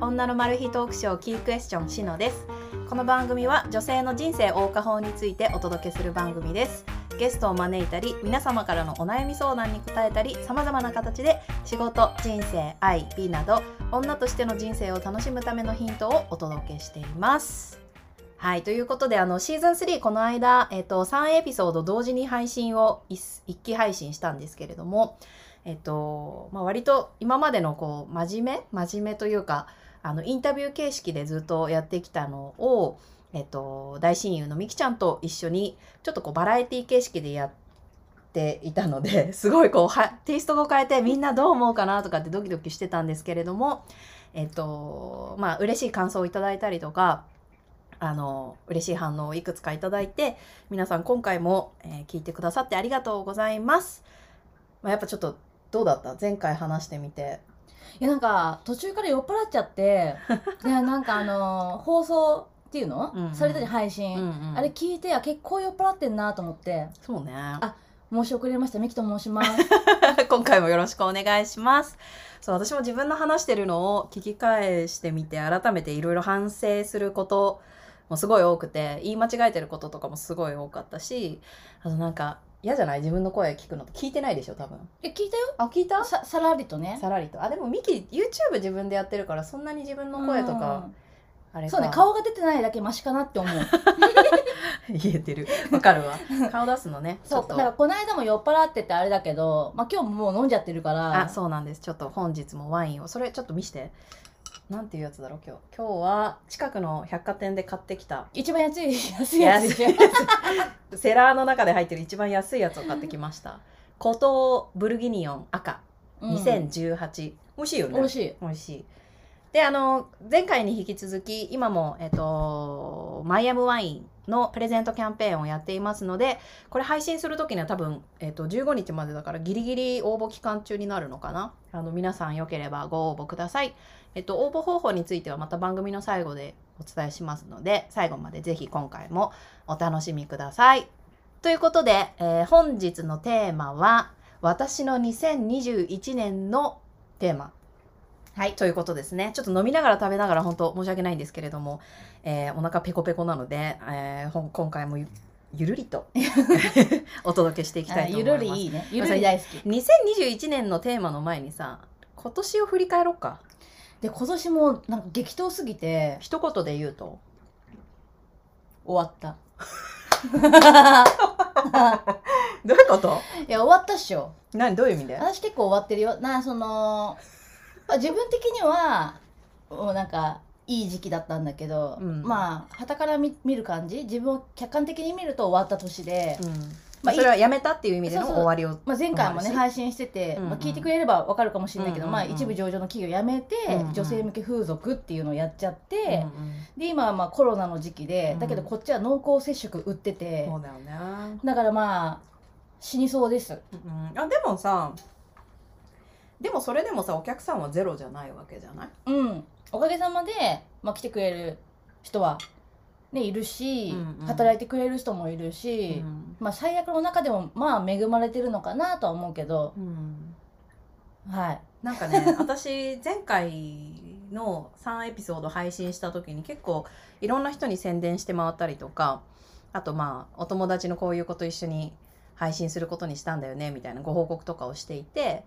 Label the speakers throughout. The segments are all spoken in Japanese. Speaker 1: 女のマル秘トークショーキークエスチョンしのですこの番組は女性の人生謳歌法についてお届けする番組ですゲストを招いたり皆様からのお悩み相談に答えたりさまざまな形で仕事人生愛美など女としての人生を楽しむためのヒントをお届けしていますはいということであのシーズン3この間、えっと、3エピソード同時に配信を 1, 期配信したんですけれどもえっとまあ、割と今までのこう真面目真面目というかあのインタビュー形式でずっとやってきたのを、えっと、大親友のみきちゃんと一緒にちょっとこうバラエティ形式でやっていたのです ごいこうはテイストを変えてみんなどう思うかなとかってドキドキしてたんですけれどもえっとまあ嬉しい感想をいただいたりとか。あの嬉しい反応をいくつかいただいて皆さん今回も、えー聞いてくださってありがとうございます。まあ、やっぱちょっとどうだった前回話してみて
Speaker 2: いやなんか途中から酔っ払っちゃって いやなんかあのー放送っていうの、
Speaker 1: うんうん
Speaker 2: されたり配信、あ
Speaker 1: あ
Speaker 2: れ
Speaker 1: れ
Speaker 2: 聞いてあ結構酔っ払ってんなと思って
Speaker 1: そうね
Speaker 2: 申し遅れましたミキと申 します
Speaker 1: 今回もよろしくお願いしますそう私も自分の話してるのを聞き返してみて改めていろいろ反省することもすごい多くて言い間違えてることとかもすごい多かったしあとなんか嫌じゃない自分の声聞くの聞いてないでしょ多分
Speaker 2: え聞いたよ
Speaker 1: あ聞いた
Speaker 2: ささらりとね
Speaker 1: さらりとあでもミキ YouTube 自分でやってるからそんなに自分の声とか、あ
Speaker 2: う
Speaker 1: れ
Speaker 2: ん
Speaker 1: か
Speaker 2: そうね顔が出てないだけマシかなって思う
Speaker 1: 言えてるわかるわ顔出すのね
Speaker 2: そう
Speaker 1: ちょっ
Speaker 2: だか
Speaker 1: と
Speaker 2: らこの間も酔っ払っててあれだけど、まあ、今日ももう飲んじゃってるから
Speaker 1: あそうなんですちょっと本日もワインをそれちょっと見してなんていうやつだろう今日今日は近くの百貨店で買ってきた
Speaker 2: 一番安い安いやつでしょ
Speaker 1: セラーの中で入ってる一番安いやつを買ってきました古糖ブルギニオン赤
Speaker 2: うん
Speaker 1: 2018、美味しいよね
Speaker 2: 美味しい
Speaker 1: 美味しいであの前回に引き続き今も、えっと、マイアムワインのプレゼントキャンペーンをやっていますのでこれ配信する時には多分、えっと、15日までだからギリギリ応募期間中になるのかなあの皆さんよければご応募ください、えっと、応募方法についてはまた番組の最後でお伝えしますので最後までぜひ今回もお楽しみくださいということで、えー本日のテーマは私の2021年のテーマはい、ということですね。ちょっと飲みながら食べながら本当申し訳ないんですけれども、えーお腹ペコペコなので、えーほん今回もゆゆるりと お届けしていきたいと思い
Speaker 2: ゆ
Speaker 1: ま
Speaker 2: る
Speaker 1: す。
Speaker 2: りいいねゆるり大好き
Speaker 1: 2021年のテーマの前にさ、今年を振り返ろうか。
Speaker 2: で今年もなんか激闘すぎて
Speaker 1: 一言で言うと。
Speaker 2: 終わった。
Speaker 1: どういうこと
Speaker 2: いや終わったっしょ。
Speaker 1: 何どういう意味で
Speaker 2: 私結構終わってるよ。なそのまあ自分的にはもうなんかいい時期だったんだけど、
Speaker 1: うん
Speaker 2: まあ傍から見見る感じ、自分を客観的に見ると終わった年で、
Speaker 1: うんま
Speaker 2: まあ
Speaker 1: あ、それはやめたっていう意味での
Speaker 2: そう
Speaker 1: 終
Speaker 2: そう
Speaker 1: わりを。
Speaker 2: まあ、前回
Speaker 1: そ
Speaker 2: も
Speaker 1: う
Speaker 2: ね
Speaker 1: です
Speaker 2: 配信してて、
Speaker 1: うんうん
Speaker 2: まあ、聞いてくれればわかるかもしれないけど、
Speaker 1: うんうんうん
Speaker 2: まあ一部上場の企業辞めて、
Speaker 1: うんうん
Speaker 2: 女性向け風俗っていうのをやっちゃって、
Speaker 1: うん
Speaker 2: で今はまあコロナの時期で、だけどこっちは濃厚接触売って
Speaker 1: うん
Speaker 2: て、
Speaker 1: そうだよね。
Speaker 2: だからまあ死にそうです。
Speaker 1: うん、あでもさ、でもそれでもさ、お客さんはゼロじゃないわけじゃない
Speaker 2: うん、おかげさまで、まあ、来てくれる人は、ね、いるし、
Speaker 1: うんうん
Speaker 2: 働いてくれる人もいる
Speaker 1: う
Speaker 2: し、
Speaker 1: ん
Speaker 2: まあ、最悪の中でもまあ恵まれてるのかなとは思うけど、
Speaker 1: うん
Speaker 2: はい、
Speaker 1: なんか ね私前回の3エピソード配信した時に結構いろんな人に宣伝して回ったりとかあとまあお友達のこういうこと一緒に配信することにしたんだよねみたいなご報告とかをしていて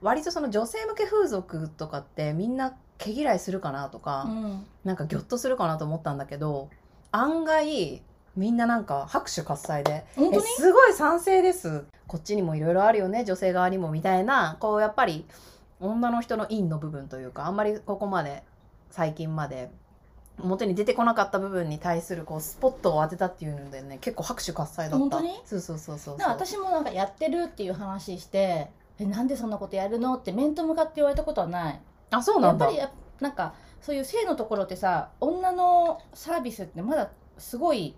Speaker 1: 割とその女性向け風俗とかってみんな毛嫌いするかなとか、
Speaker 2: うん、
Speaker 1: なんかギョッとするかなと思ったんだけど案外みんななんか拍手喝采で
Speaker 2: 本当
Speaker 1: え
Speaker 2: に
Speaker 1: すごい賛成ですこっちにもいろいろあるよね女性側にもみたいなこうやっぱり女の人の陰の部分というかあんまりここまで最近まで表に出てこなかった部分に対するこうスポットを当てたっていうのでね結構拍手喝采だった
Speaker 2: 本当に
Speaker 1: そうそうそうそうそう
Speaker 2: なんか私もなんかやってるっていう話して「えなんでそんなことやるの?」って面と向かって言われたことはない。
Speaker 1: あそう
Speaker 2: や
Speaker 1: な
Speaker 2: っ
Speaker 1: ん
Speaker 2: ぱ
Speaker 1: だ
Speaker 2: りやなんかそういう性のところってさ女のサービスってまだすごい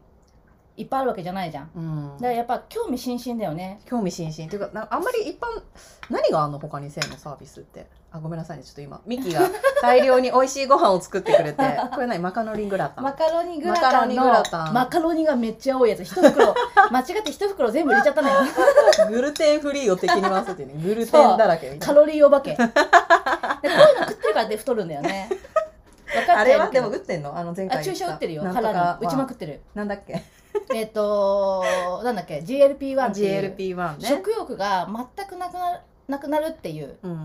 Speaker 2: いっぱいあるわけじゃないじゃん。
Speaker 1: うん
Speaker 2: だからやっぱ興味津々だよね。
Speaker 1: 興味津々っていうかなんかあんまり一般何があんの他に性のサービスってあごめんなさいねちょっと今ミキが大量に美味しいご飯を作ってくれて これ何マカロニグラタン
Speaker 2: マカロニグラタンの
Speaker 1: マカロニグラタン
Speaker 2: マカロニがめっちゃ多いやつ一 袋間違って一袋全部入れちゃったのよ
Speaker 1: グルテンフリーを敵に回すっていうねグルテンだらけみた
Speaker 2: カ
Speaker 1: いな
Speaker 2: ロリーお化けでこういうの食ってるからで太るんだよね分か
Speaker 1: あ
Speaker 2: って
Speaker 1: れ
Speaker 2: る
Speaker 1: は
Speaker 2: け
Speaker 1: で
Speaker 2: ど
Speaker 1: も打ってんのあの前
Speaker 2: あ
Speaker 1: 回
Speaker 2: 注射打ってるよ
Speaker 1: なんと
Speaker 2: 腹
Speaker 1: か
Speaker 2: に打ちまくってる
Speaker 1: なんだっけ
Speaker 2: えっとなんだっけ GLP-1 っていう
Speaker 1: GLP-1 ね
Speaker 2: 食欲が全くなくななくなるっていう
Speaker 1: うんうんう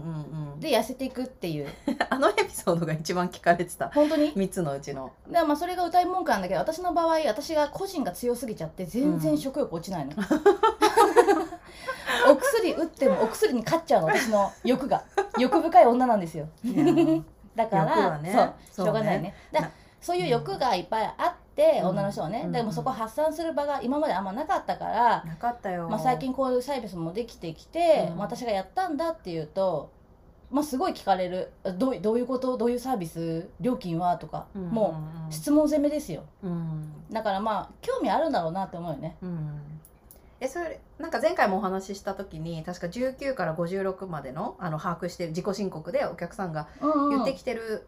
Speaker 1: ん、
Speaker 2: で痩せていくっていう
Speaker 1: あのエピソードが一番聞かれてた
Speaker 2: 本当に
Speaker 1: 3つのうち の
Speaker 2: でまあそれが歌い文句なんだけど私の場合私が個人が強すぎちゃって全然食欲落ちないの、 お薬打ってもお薬に勝っちゃうの私の欲が欲深い女なんですよ
Speaker 1: いやー
Speaker 2: だか
Speaker 1: 欲
Speaker 2: ら、
Speaker 1: はねそううね
Speaker 2: そしょうがないねだ
Speaker 1: な
Speaker 2: そういう欲がいっぱいあって、
Speaker 1: うん
Speaker 2: 女の人はね、
Speaker 1: うん
Speaker 2: でもそこ発散する場が今まであんまなかったから、
Speaker 1: なかったよ、
Speaker 2: まあ、最近こういうサービスもできてきて、
Speaker 1: うん
Speaker 2: まあ私がやったんだっていうと、まあ、すごい聞かれるどうどういうことどういうサービス料金はとか、もう質問攻めですよ
Speaker 1: うん、うん
Speaker 2: だからまあ興味あるんだろうなって思うよね
Speaker 1: うんえそれなんか前回もお話しした時に確か19から56までのあの把握してる自己申告でお客さんが言
Speaker 2: 言
Speaker 1: ってきてる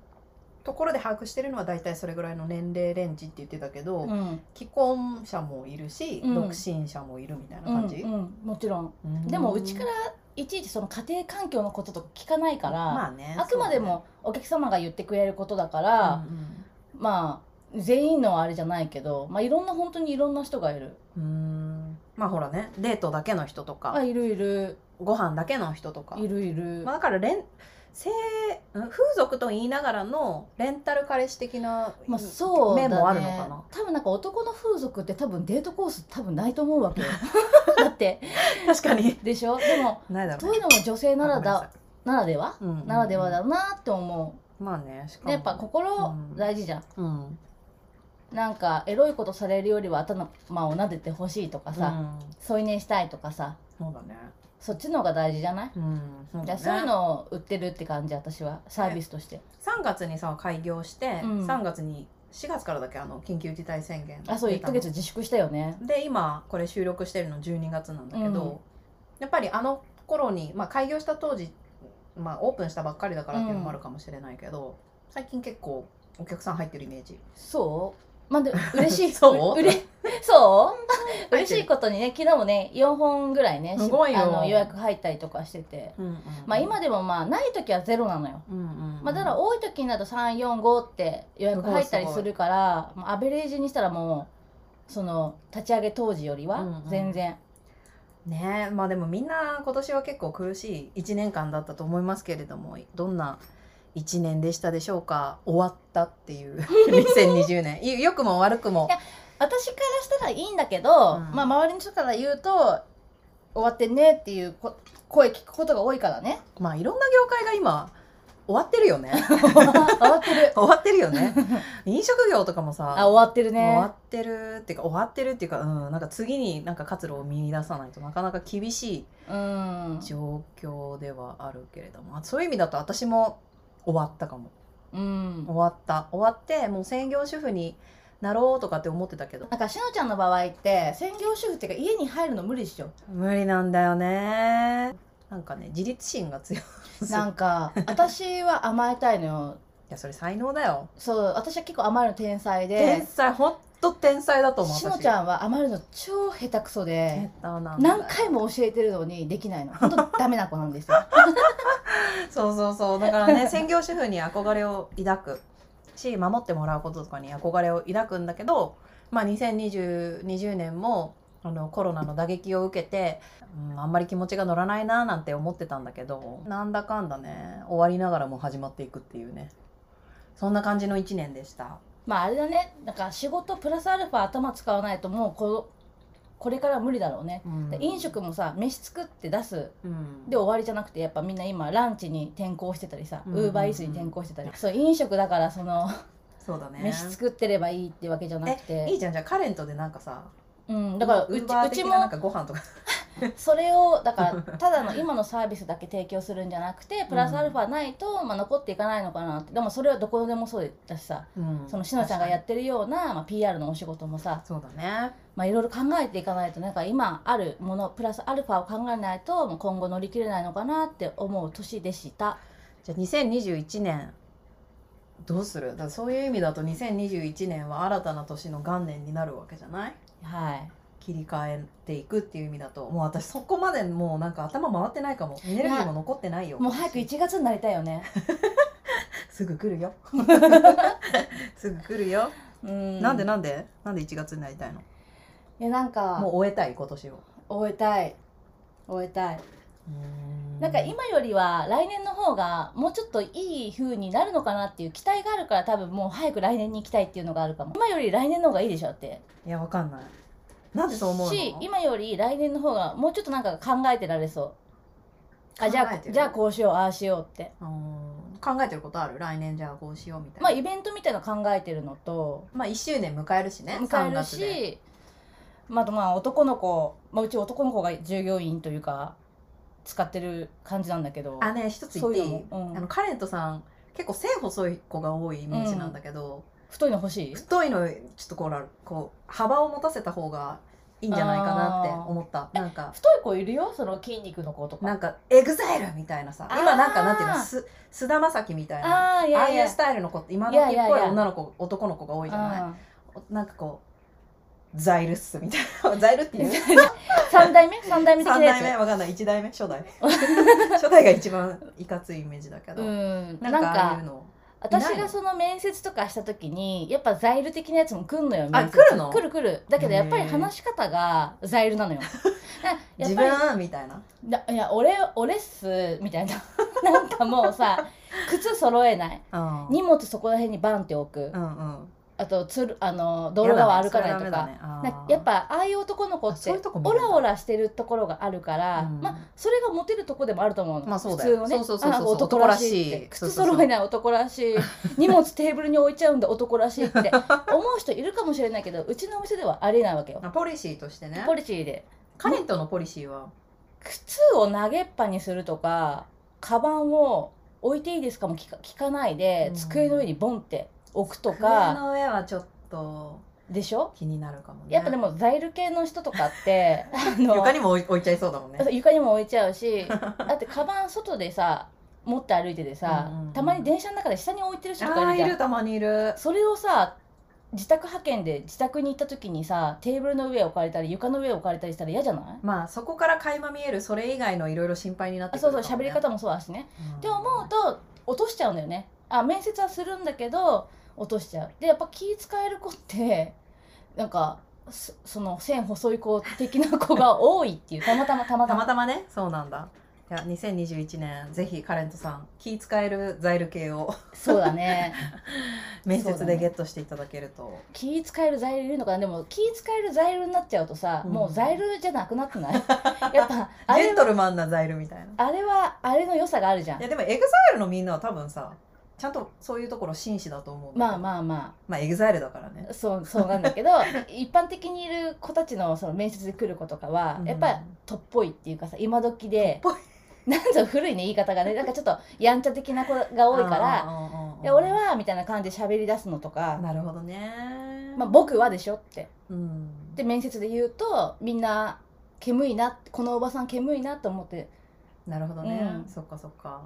Speaker 1: ところで把握してるのは大体それぐらいの年齢レンジって言ってたけど、
Speaker 2: うん
Speaker 1: 既婚者もいるし、
Speaker 2: うん
Speaker 1: 独身者もいるみたいな感じ
Speaker 2: う、んうんもちろん
Speaker 1: ん
Speaker 2: でもうちからいちいちその家庭環境のこととか聞かないから、
Speaker 1: まあね
Speaker 2: あくまでもお客様が言ってくれることだから、
Speaker 1: う
Speaker 2: まあ全員のあれじゃないけど、まあ、いろんな本当にいろんな人がいる
Speaker 1: ん、うんまあほらねデートだけの人とか、
Speaker 2: あいるいる
Speaker 1: ご飯だけの人とか
Speaker 2: いるいる、
Speaker 1: まあ、だからレン性ん風俗と言いながらのレンタル彼氏的な
Speaker 2: まあそうだ、ね、
Speaker 1: 面もあるのかな
Speaker 2: 多分なんか男の風俗って多分デートコース多分ないと思うわけよ だって
Speaker 1: 確かに
Speaker 2: でしょでも
Speaker 1: ないだろ
Speaker 2: そういうのも女性ならだ、ならでは、
Speaker 1: ごめんなさいうんうんうん
Speaker 2: ならではだなって思
Speaker 1: まあねしか
Speaker 2: う
Speaker 1: も
Speaker 2: でやっぱ心
Speaker 1: うん
Speaker 2: 大事じゃん、
Speaker 1: うん
Speaker 2: なんかエロいことされるよりは頭を撫でてほしいとかさ、
Speaker 1: うん
Speaker 2: 添い寝したいとかさ
Speaker 1: そうだね
Speaker 2: そっちの方が大事じゃない、
Speaker 1: うんそう
Speaker 2: じ
Speaker 1: だ
Speaker 2: ゃあそういう
Speaker 1: ね
Speaker 2: のを売ってるって感じ私はサービスとして、
Speaker 1: 3月にさ開業して、
Speaker 2: うん
Speaker 1: 3月に4月からだっけあの緊急事態宣言
Speaker 2: あそう
Speaker 1: 出
Speaker 2: 1
Speaker 1: た
Speaker 2: ヶ
Speaker 1: の
Speaker 2: 月自粛したよね
Speaker 1: で今これ収録してるの12月なんだけど、
Speaker 2: うん
Speaker 1: やっぱりあの頃に、まあ、開業した当時、まあ、オープンしたばっかりだからっていうのもあるかもしれないけど、最近結構お客さん入ってるイメージ
Speaker 2: そう まあで嬉しい
Speaker 1: そう
Speaker 2: うれ そう
Speaker 1: 入ってる
Speaker 2: 嬉しいことにね昨日もね4本ぐらいねし
Speaker 1: すごいよ
Speaker 2: あの予約入ったりとかしてて、
Speaker 1: うんうんうん
Speaker 2: まあ今でもまあない時はゼロなのよ、
Speaker 1: うんうんうん
Speaker 2: まあ、だから多い時になると345って予約入ったりするからまあアベレージにしたらもうその立ち上げ当時より
Speaker 1: うん
Speaker 2: は
Speaker 1: うん
Speaker 2: 全然、
Speaker 1: ねえまあでもみんな今年は結構苦しい1年間だったと思いますけれどもどんな1年でしたでしょうか終わったっていう 2020年い良くも悪くも
Speaker 2: いや私からしたらいいんだけど、
Speaker 1: うん
Speaker 2: まあ周りの人から言うと終わってねっていうこ声聞くことが多いからね
Speaker 1: まあいろんな業界が今 終わってるよね
Speaker 2: 終わってる
Speaker 1: 終わってるよね飲食業とかもさ
Speaker 2: あ終わってる
Speaker 1: もう終わ
Speaker 2: ね
Speaker 1: ってるっていうか終わってるっていうか、うん、なんか次になんか活路を見出さないとなかなか厳し
Speaker 2: うん
Speaker 1: い状況ではあるけれども、あそういう意味だと私も終わったかも
Speaker 2: うん
Speaker 1: 終わった終わってもう専業主婦になろうとかって思ってたけど
Speaker 2: なんかしのちゃんの場合って専業主婦っていうか家に入るの無理でしょ
Speaker 1: 無理なんだよねなんかね自立心が強い
Speaker 2: なんか私は甘えたいのよ
Speaker 1: いやそれ才能だよ
Speaker 2: そう私は結構甘えるの天才
Speaker 1: 天
Speaker 2: で
Speaker 1: 才ほんと天才だと思う
Speaker 2: しのち
Speaker 1: ん
Speaker 2: ゃんは甘えるの超下手くそで何回も教えてるのにでき ないの本当ダメな子なんですよ
Speaker 1: そうそうそうだからね 専業主婦に憧れを抱くし守ってもらうこととかに憧れを抱くんだけど、まあ、2020 20年もあのコロナの打撃を受けて、うん、あんまり気持ちが乗らないななんて思ってたんだけどなんだかんだね終わりながらも始まっていくっていうねそんな感じの1年でした。
Speaker 2: まああれだねなんか仕事プラスアルファ頭使わないともうここれから無理だろうね
Speaker 1: うん
Speaker 2: で飲食もさ飯作って出す
Speaker 1: うん
Speaker 2: で終わりじゃなくてやっぱみんな今ランチに転校してたりさ
Speaker 1: う
Speaker 2: ウ
Speaker 1: んうんうん
Speaker 2: ーバーイーツに転校してたりそう飲食だからその
Speaker 1: そうだね
Speaker 2: 飯作ってればいいってわけじゃなく
Speaker 1: いい
Speaker 2: て、
Speaker 1: じゃんじゃあカレントでなんかさ
Speaker 2: うん、だからうち
Speaker 1: ウーバー
Speaker 2: うち
Speaker 1: 的ななん
Speaker 2: も
Speaker 1: かご飯とか
Speaker 2: それをだからただの今のサービスだけ提供するんじゃなくてプラスアルファないと、まあ、残っていかないのかなってでもそれはどこでもそうだしさ
Speaker 1: うん
Speaker 2: そのしのちゃんがや
Speaker 1: 確
Speaker 2: ってるような、まあ、PR のお仕事もさ
Speaker 1: かにそうだね
Speaker 2: まあいろいろ考えていかないとなんか今あるものプラスアルファを考えないともう今後乗り切れないのかなって思う年でした。
Speaker 1: じゃあ2021年どうするだからそういう意味だと2021年は新たな年の元年になるわけじゃない
Speaker 2: はい
Speaker 1: 切り替えていくっていう意味だともう私そこまでもうなんか頭回ってないかもエネルギーも残ってないよ
Speaker 2: もう早く1月になりたいよね。
Speaker 1: すぐ来る よすぐ来るよ、
Speaker 2: うん
Speaker 1: なんでなんでなんで1月になりたいの
Speaker 2: いやなんか
Speaker 1: もう終えたい今年を
Speaker 2: 終えたい終えたいなんか今よりは来年の方がもうちょっといい風になるのかなっていう期待があるから多分もう早く来年に行きたいっていうのがあるかも今より来年の方がいいでしょって
Speaker 1: いやわかんないなんでそう思うの
Speaker 2: し今より来年の方がもうちょっとなんか考えてられそうあじ
Speaker 1: 考え
Speaker 2: ゃ
Speaker 1: て
Speaker 2: あ
Speaker 1: る
Speaker 2: じゃあこうしようああしようって
Speaker 1: うーん考えてることある来年じゃあこうしようみたい
Speaker 2: ま
Speaker 1: な
Speaker 2: あイベントみたいなの考えてるのと
Speaker 1: まあ1周年迎えるしね
Speaker 2: 迎える
Speaker 1: 3月で
Speaker 2: しまああとまあ男の子、まあ、うち男の子が従業員というか使ってる感じなんだけど
Speaker 1: あね一つ言っていい
Speaker 2: そういうのもうん
Speaker 1: あのカレントさん結構背細い子が多いイメージなんだけど、
Speaker 2: 太いの欲しい
Speaker 1: 太いのちょっとこうこう幅を持たせた方がいいんじゃないかなって思ったなん か
Speaker 2: 太い子いるよその筋肉の子とか
Speaker 1: なんかエグザイルみたいなさ
Speaker 2: あー
Speaker 1: 今なんかなんていうのす菅田将暉みたいな
Speaker 2: ああい
Speaker 1: ああ
Speaker 2: やい
Speaker 1: い
Speaker 2: や
Speaker 1: うスタイルの子って今
Speaker 2: いや
Speaker 1: の
Speaker 2: い
Speaker 1: 日
Speaker 2: や
Speaker 1: っ
Speaker 2: い
Speaker 1: ぽ
Speaker 2: や
Speaker 1: い女の子男の子が多いじゃない
Speaker 2: うん
Speaker 1: おなんかこうザイルっすみたいな ザイルっていう
Speaker 2: 三代目三代目的
Speaker 1: 3
Speaker 2: な
Speaker 1: 代目
Speaker 2: や
Speaker 1: わかんない1代目初代初代が一番いかついイメージだけ
Speaker 2: つう
Speaker 1: ど、
Speaker 2: ん
Speaker 1: な
Speaker 2: なんん
Speaker 1: か
Speaker 2: か
Speaker 1: ああいうのいない
Speaker 2: 私がその面接とかした時にやっぱザイル的なやつも来んのよ
Speaker 1: あ
Speaker 2: 面接
Speaker 1: 来るの
Speaker 2: 来る来るだけどやっぱり話し方がザイル なのよだからや
Speaker 1: 自
Speaker 2: っぱり
Speaker 1: 分みたいな
Speaker 2: だいや俺俺っすみたいな なんかもうさ靴揃えない
Speaker 1: うん
Speaker 2: 荷物そこら辺にバンって置く
Speaker 1: うんうん
Speaker 2: あとつるあの道路側歩かないとか、なやっぱああいう男の子っ
Speaker 1: あそう
Speaker 2: て
Speaker 1: いうとこ見
Speaker 2: オ
Speaker 1: るんだ
Speaker 2: ラオラしてるところがあるから、
Speaker 1: うん
Speaker 2: まあそれがモテるとこでもあると思うの、
Speaker 1: まあそうだよ
Speaker 2: 普通のね
Speaker 1: そうそうそうそう
Speaker 2: あ男らしいって
Speaker 1: 男らしいそうそ
Speaker 2: 靴
Speaker 1: うそう
Speaker 2: 揃えない男ら しい荷物テーブルに置いちゃうんだ男らしいって思う人いるかもしれないけどうちのお店ではありえないわけよ
Speaker 1: ポリシーとしてね
Speaker 2: ポリシーで
Speaker 1: カレントのポリシーは
Speaker 2: 靴を投げっぱにするとかカバンを置いていいですかも聞か聞かないで、
Speaker 1: うん
Speaker 2: 机の上にボンって置くと
Speaker 1: 机
Speaker 2: か
Speaker 1: の上はちょっと
Speaker 2: でしょ
Speaker 1: 気になるかもね
Speaker 2: やっぱでもザイル系の人とかってあの
Speaker 1: 床にも置い置いちゃいそうだもんね
Speaker 2: そう床にも置いちゃ うしだってカバン外でさ持って歩いててさ、
Speaker 1: うんうんうん
Speaker 2: たまに電車の中で下に置いてる人と
Speaker 1: あ
Speaker 2: か
Speaker 1: あい
Speaker 2: いるじゃ
Speaker 1: る
Speaker 2: ん
Speaker 1: たまにいる
Speaker 2: それをさ自宅派遣で自宅に行った時にさテーブルの上置かれたり床の上置かれたりしたら嫌じゃない
Speaker 1: まあそこから垣間見えるそれ以外のいろいろ心配になって
Speaker 2: あ
Speaker 1: くる
Speaker 2: そうそう喋り方もそうだしね、って思うと落としちゃうんだよねあ面接はするんだけど落としちゃうでやっぱ気使える子ってなんかそその線細い子的な子が多いっていうたまたまたま
Speaker 1: た
Speaker 2: た
Speaker 1: ま
Speaker 2: ま
Speaker 1: たまねそうなんだいや2021年ぜひカレントさん気使えるザイル系を
Speaker 2: そうだね
Speaker 1: 面接でゲットしていただけると、
Speaker 2: 気使えるザイルいるのかなでも気使えるザイルになっちゃうとさ、
Speaker 1: うん
Speaker 2: もうザイルじゃなくなってない やっぱあ
Speaker 1: ジェ
Speaker 2: れ
Speaker 1: ント
Speaker 2: は
Speaker 1: ルマンなザイルみたいな
Speaker 2: あれはあれの良さがあるじゃ
Speaker 1: い
Speaker 2: ん
Speaker 1: やでもエグザイルのみんなは多分さちゃんとそういうところ紳士だと思う
Speaker 2: まあ
Speaker 1: あ
Speaker 2: まあま
Speaker 1: まあエグザイルだからね
Speaker 2: あそうそうなんだけど 一般的にいる子たちのその面接で来る子とかは、
Speaker 1: うん
Speaker 2: やっぱりとっぽいっていうかさ今時で
Speaker 1: とっぽ
Speaker 2: なんぞ古いね言い方がねなんかちょっとやんちゃ的な子が多いから
Speaker 1: ら
Speaker 2: 「いや俺は」みたいな感じで喋り出すのとか
Speaker 1: なるほどね
Speaker 2: 「まあ、僕は」でしょって
Speaker 1: うん
Speaker 2: で面接で言うとみんな煙いなこのおばさん煙いなと思って
Speaker 1: なるほどね、
Speaker 2: うん
Speaker 1: そっかそっか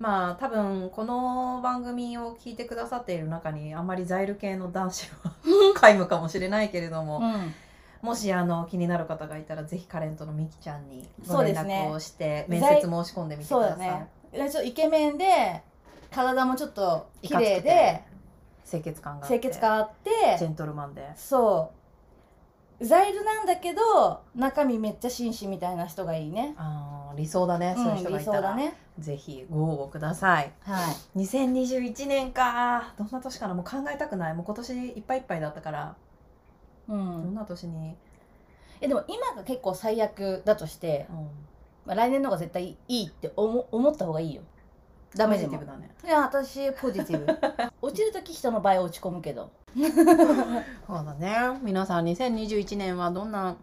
Speaker 1: まあ多分この番組を聞いてくださっている中にあんまりザイル系の男子 は皆無かもしれないけれども、
Speaker 2: うん
Speaker 1: もしあの気になる方がいたらぜひカレントのみきちゃんにご
Speaker 2: そう
Speaker 1: 連
Speaker 2: ですね
Speaker 1: 絡をして、
Speaker 2: ザイ
Speaker 1: 面接申し込んでみてく
Speaker 2: そう
Speaker 1: だ
Speaker 2: だ
Speaker 1: さい、
Speaker 2: ね。ちょっとイケメンで体もちょっと
Speaker 1: い
Speaker 2: 綺
Speaker 1: かつくて
Speaker 2: 麗で
Speaker 1: 清潔感があって
Speaker 2: 清潔感あっ
Speaker 1: ジ
Speaker 2: て
Speaker 1: ェントルマンで
Speaker 2: そうザイルなんだけど中身めっちゃ紳士みたいな人がいいね。
Speaker 1: あー理想だね、そうういうん人が
Speaker 2: 理
Speaker 1: い
Speaker 2: 想
Speaker 1: たら、
Speaker 2: だね。
Speaker 1: ぜひご応募ください
Speaker 2: はい。
Speaker 1: 2021年かどんな年かなもう考えたくないもう今年いっぱいいっぱいだったから、
Speaker 2: う
Speaker 1: どん
Speaker 2: ん。
Speaker 1: な年に、
Speaker 2: えでも今が結構最悪だとして
Speaker 1: う、ん、
Speaker 2: まあ、来年の方が絶対いいって思思った方がいいよ。ダメで
Speaker 1: ポジティブ。
Speaker 2: も
Speaker 1: だね
Speaker 2: いや私ポジティブ。 落ちるとき人の倍落ち込むけど。
Speaker 1: そうだね。皆さん2021年はどんな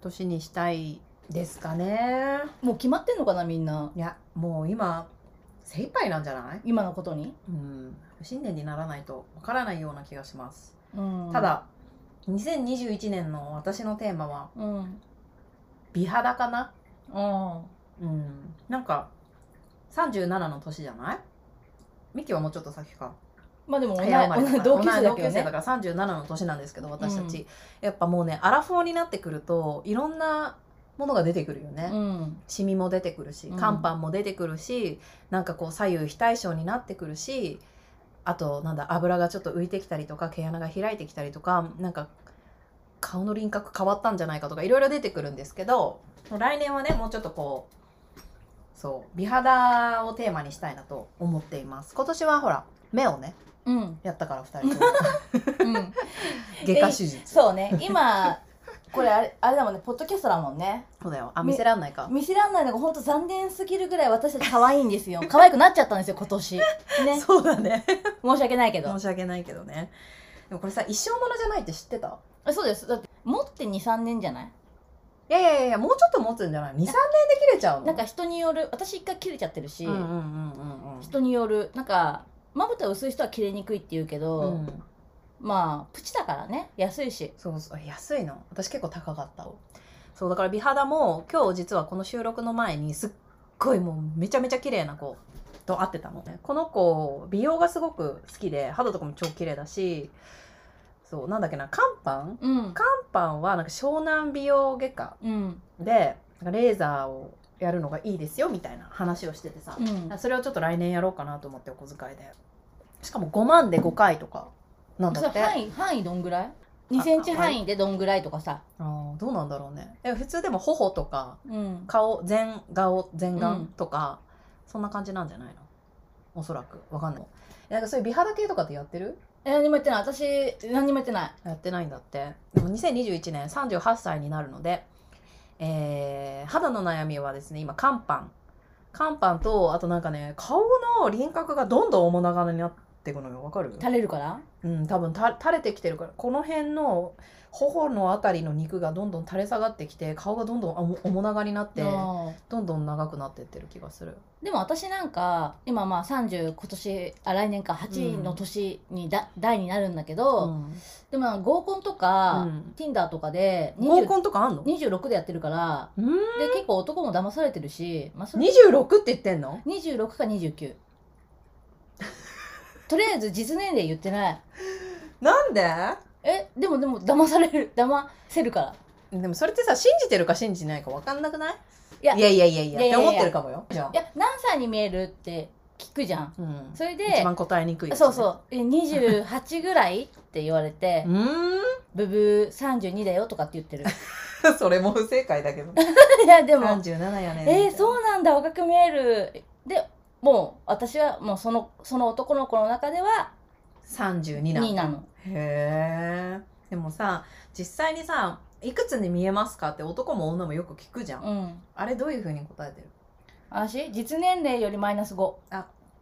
Speaker 1: 年にしたいですかね。
Speaker 2: もう決まってんのかなみんな。
Speaker 1: いや、もう今精一杯なんじゃない？
Speaker 2: 今のことに。
Speaker 1: うん。新年にならないとわからないような気がします。
Speaker 2: うん
Speaker 1: た。だ、2021年の私のテーマは
Speaker 2: うん。うん。
Speaker 1: 美肌かな。
Speaker 2: あ
Speaker 1: うん。なんか37の年じゃない？ミキはもうちょっと先か。
Speaker 2: まあでも同い
Speaker 1: 早生まれだから
Speaker 2: 同級生だ
Speaker 1: 同
Speaker 2: け
Speaker 1: い同
Speaker 2: ど
Speaker 1: 級生だか
Speaker 2: ね。
Speaker 1: ら37の年なんですけど私たち、
Speaker 2: う
Speaker 1: やっぱもうねアラフォーになってくるといろんなものが出てくるよね、
Speaker 2: うん。
Speaker 1: シミも出てくるし
Speaker 2: うん
Speaker 1: 乾パンも出てくるし、なんかこう左右非対称になってくるしあとなんだ油がちょっと浮いてきたりとか毛穴が開いてきたりとかなんか顔の輪郭変わったんじゃないかとかいろいろ出てくるんですけど来年はねもうちょっとこうそう美肌をテーマにしたいなと思っています今年はほら目をね
Speaker 2: うん、
Speaker 1: やったから2人とも
Speaker 2: うん、
Speaker 1: 外科手術
Speaker 2: そうね今これあれあれだもんねポッドキャストだもんね
Speaker 1: そうだよあ見せらんないか
Speaker 2: 見せらんないのが本当残念すぎるぐらい私たち可愛いんですよ可愛くなっちゃったんですよ今年ね
Speaker 1: そうだね
Speaker 2: 申し訳ないけど
Speaker 1: 申し訳ないけどねでもこれさ一生ものじゃないって知ってた
Speaker 2: あそうですだって持って23年じゃない
Speaker 1: いやいやいやもうちょっと持つんじゃない23年で切れちゃうの
Speaker 2: なんか人による私一回切れちゃってるし、
Speaker 1: うんうんうんうんうん
Speaker 2: 人によるなんかまぶた薄い人は切れにくいって言うけど、
Speaker 1: うん
Speaker 2: まあプチだからね安いし
Speaker 1: そうそう安いの私結構高かったそうだから美肌も今日実はこの収録の前にすっごいもうめちゃめちゃ綺麗な子と会ってたのねこの子美容がすごく好きで肌とかも超綺麗だしそうなんだっけな乾パ
Speaker 2: うん
Speaker 1: パンはなんか湘南美容外科
Speaker 2: うん
Speaker 1: でなんかレーザーをやるのがいいですよみたいな話をしててさ
Speaker 2: う、ん
Speaker 1: それをちょっと来年やろうかなと思ってお小遣いでしかも5万で5回とかなんだ
Speaker 2: それ
Speaker 1: って
Speaker 2: 範囲範囲どんぐらい2センチ範囲でどんぐらいとかさ、
Speaker 1: ああどうなんだろうねえ普通でも頬とか
Speaker 2: うん、
Speaker 1: 顔全顔全
Speaker 2: うん
Speaker 1: 顔とか、そんな感じなんじゃないのおそらくわかんないえなんかそういう美肌系とかってやってる
Speaker 2: え何もやってない私何にもやってない
Speaker 1: やってないんだってでも2021年38歳になるので、えー肌の悩みはですね今乾パン乾パンとあとなんかね顔の輪郭がどんどん面長になっていくのよわかる
Speaker 2: 垂れるから
Speaker 1: うん、多分た垂れてきてるからこの辺の頬のあたりの肉がどんどん垂れ下がってきて顔がどんどんあも面長になって
Speaker 2: うん
Speaker 1: どんどん長くなってってる気がする
Speaker 2: でも私なんか今まあ30今年あ来年か8の年にだ、代になるんだけど、
Speaker 1: うん
Speaker 2: でも合コンと
Speaker 1: う
Speaker 2: か、
Speaker 1: ん
Speaker 2: Tinder とかで20
Speaker 1: 合コンとかあんの
Speaker 2: 26でやってるから
Speaker 1: うん
Speaker 2: で結構男も騙されてるし、まあ、それ
Speaker 1: 26って言ってんの
Speaker 2: 26か29とりあえず実年齢言ってない
Speaker 1: なんで
Speaker 2: えでもでも騙される騙せるから
Speaker 1: でもそれってさ信じてるか信じないか分かんなくない
Speaker 2: いや
Speaker 1: いやいやいやいや
Speaker 2: いやいやいや
Speaker 1: って思ってるかもよじゃ
Speaker 2: いや何歳に見えるって聞くじゃん
Speaker 1: あ、うん、
Speaker 2: それで
Speaker 1: 一番答えにくいやつね
Speaker 2: そうそうえ28ぐらいって言われて
Speaker 1: うーん
Speaker 2: ブブー32だよとかって言ってる
Speaker 1: それも不正解だけど
Speaker 2: いやでも
Speaker 1: 37やね
Speaker 2: えー、
Speaker 1: う
Speaker 2: そうなんだ若く見えるでもう私はもうそのその男の子の中では
Speaker 1: 32なの
Speaker 2: 2なの
Speaker 1: へえでもさ実際にさいくつに見えますかって男も女もよく聞くじゃん、
Speaker 2: うん
Speaker 1: あれどういうふうに答えてる
Speaker 2: 私実年齢よりマイナス5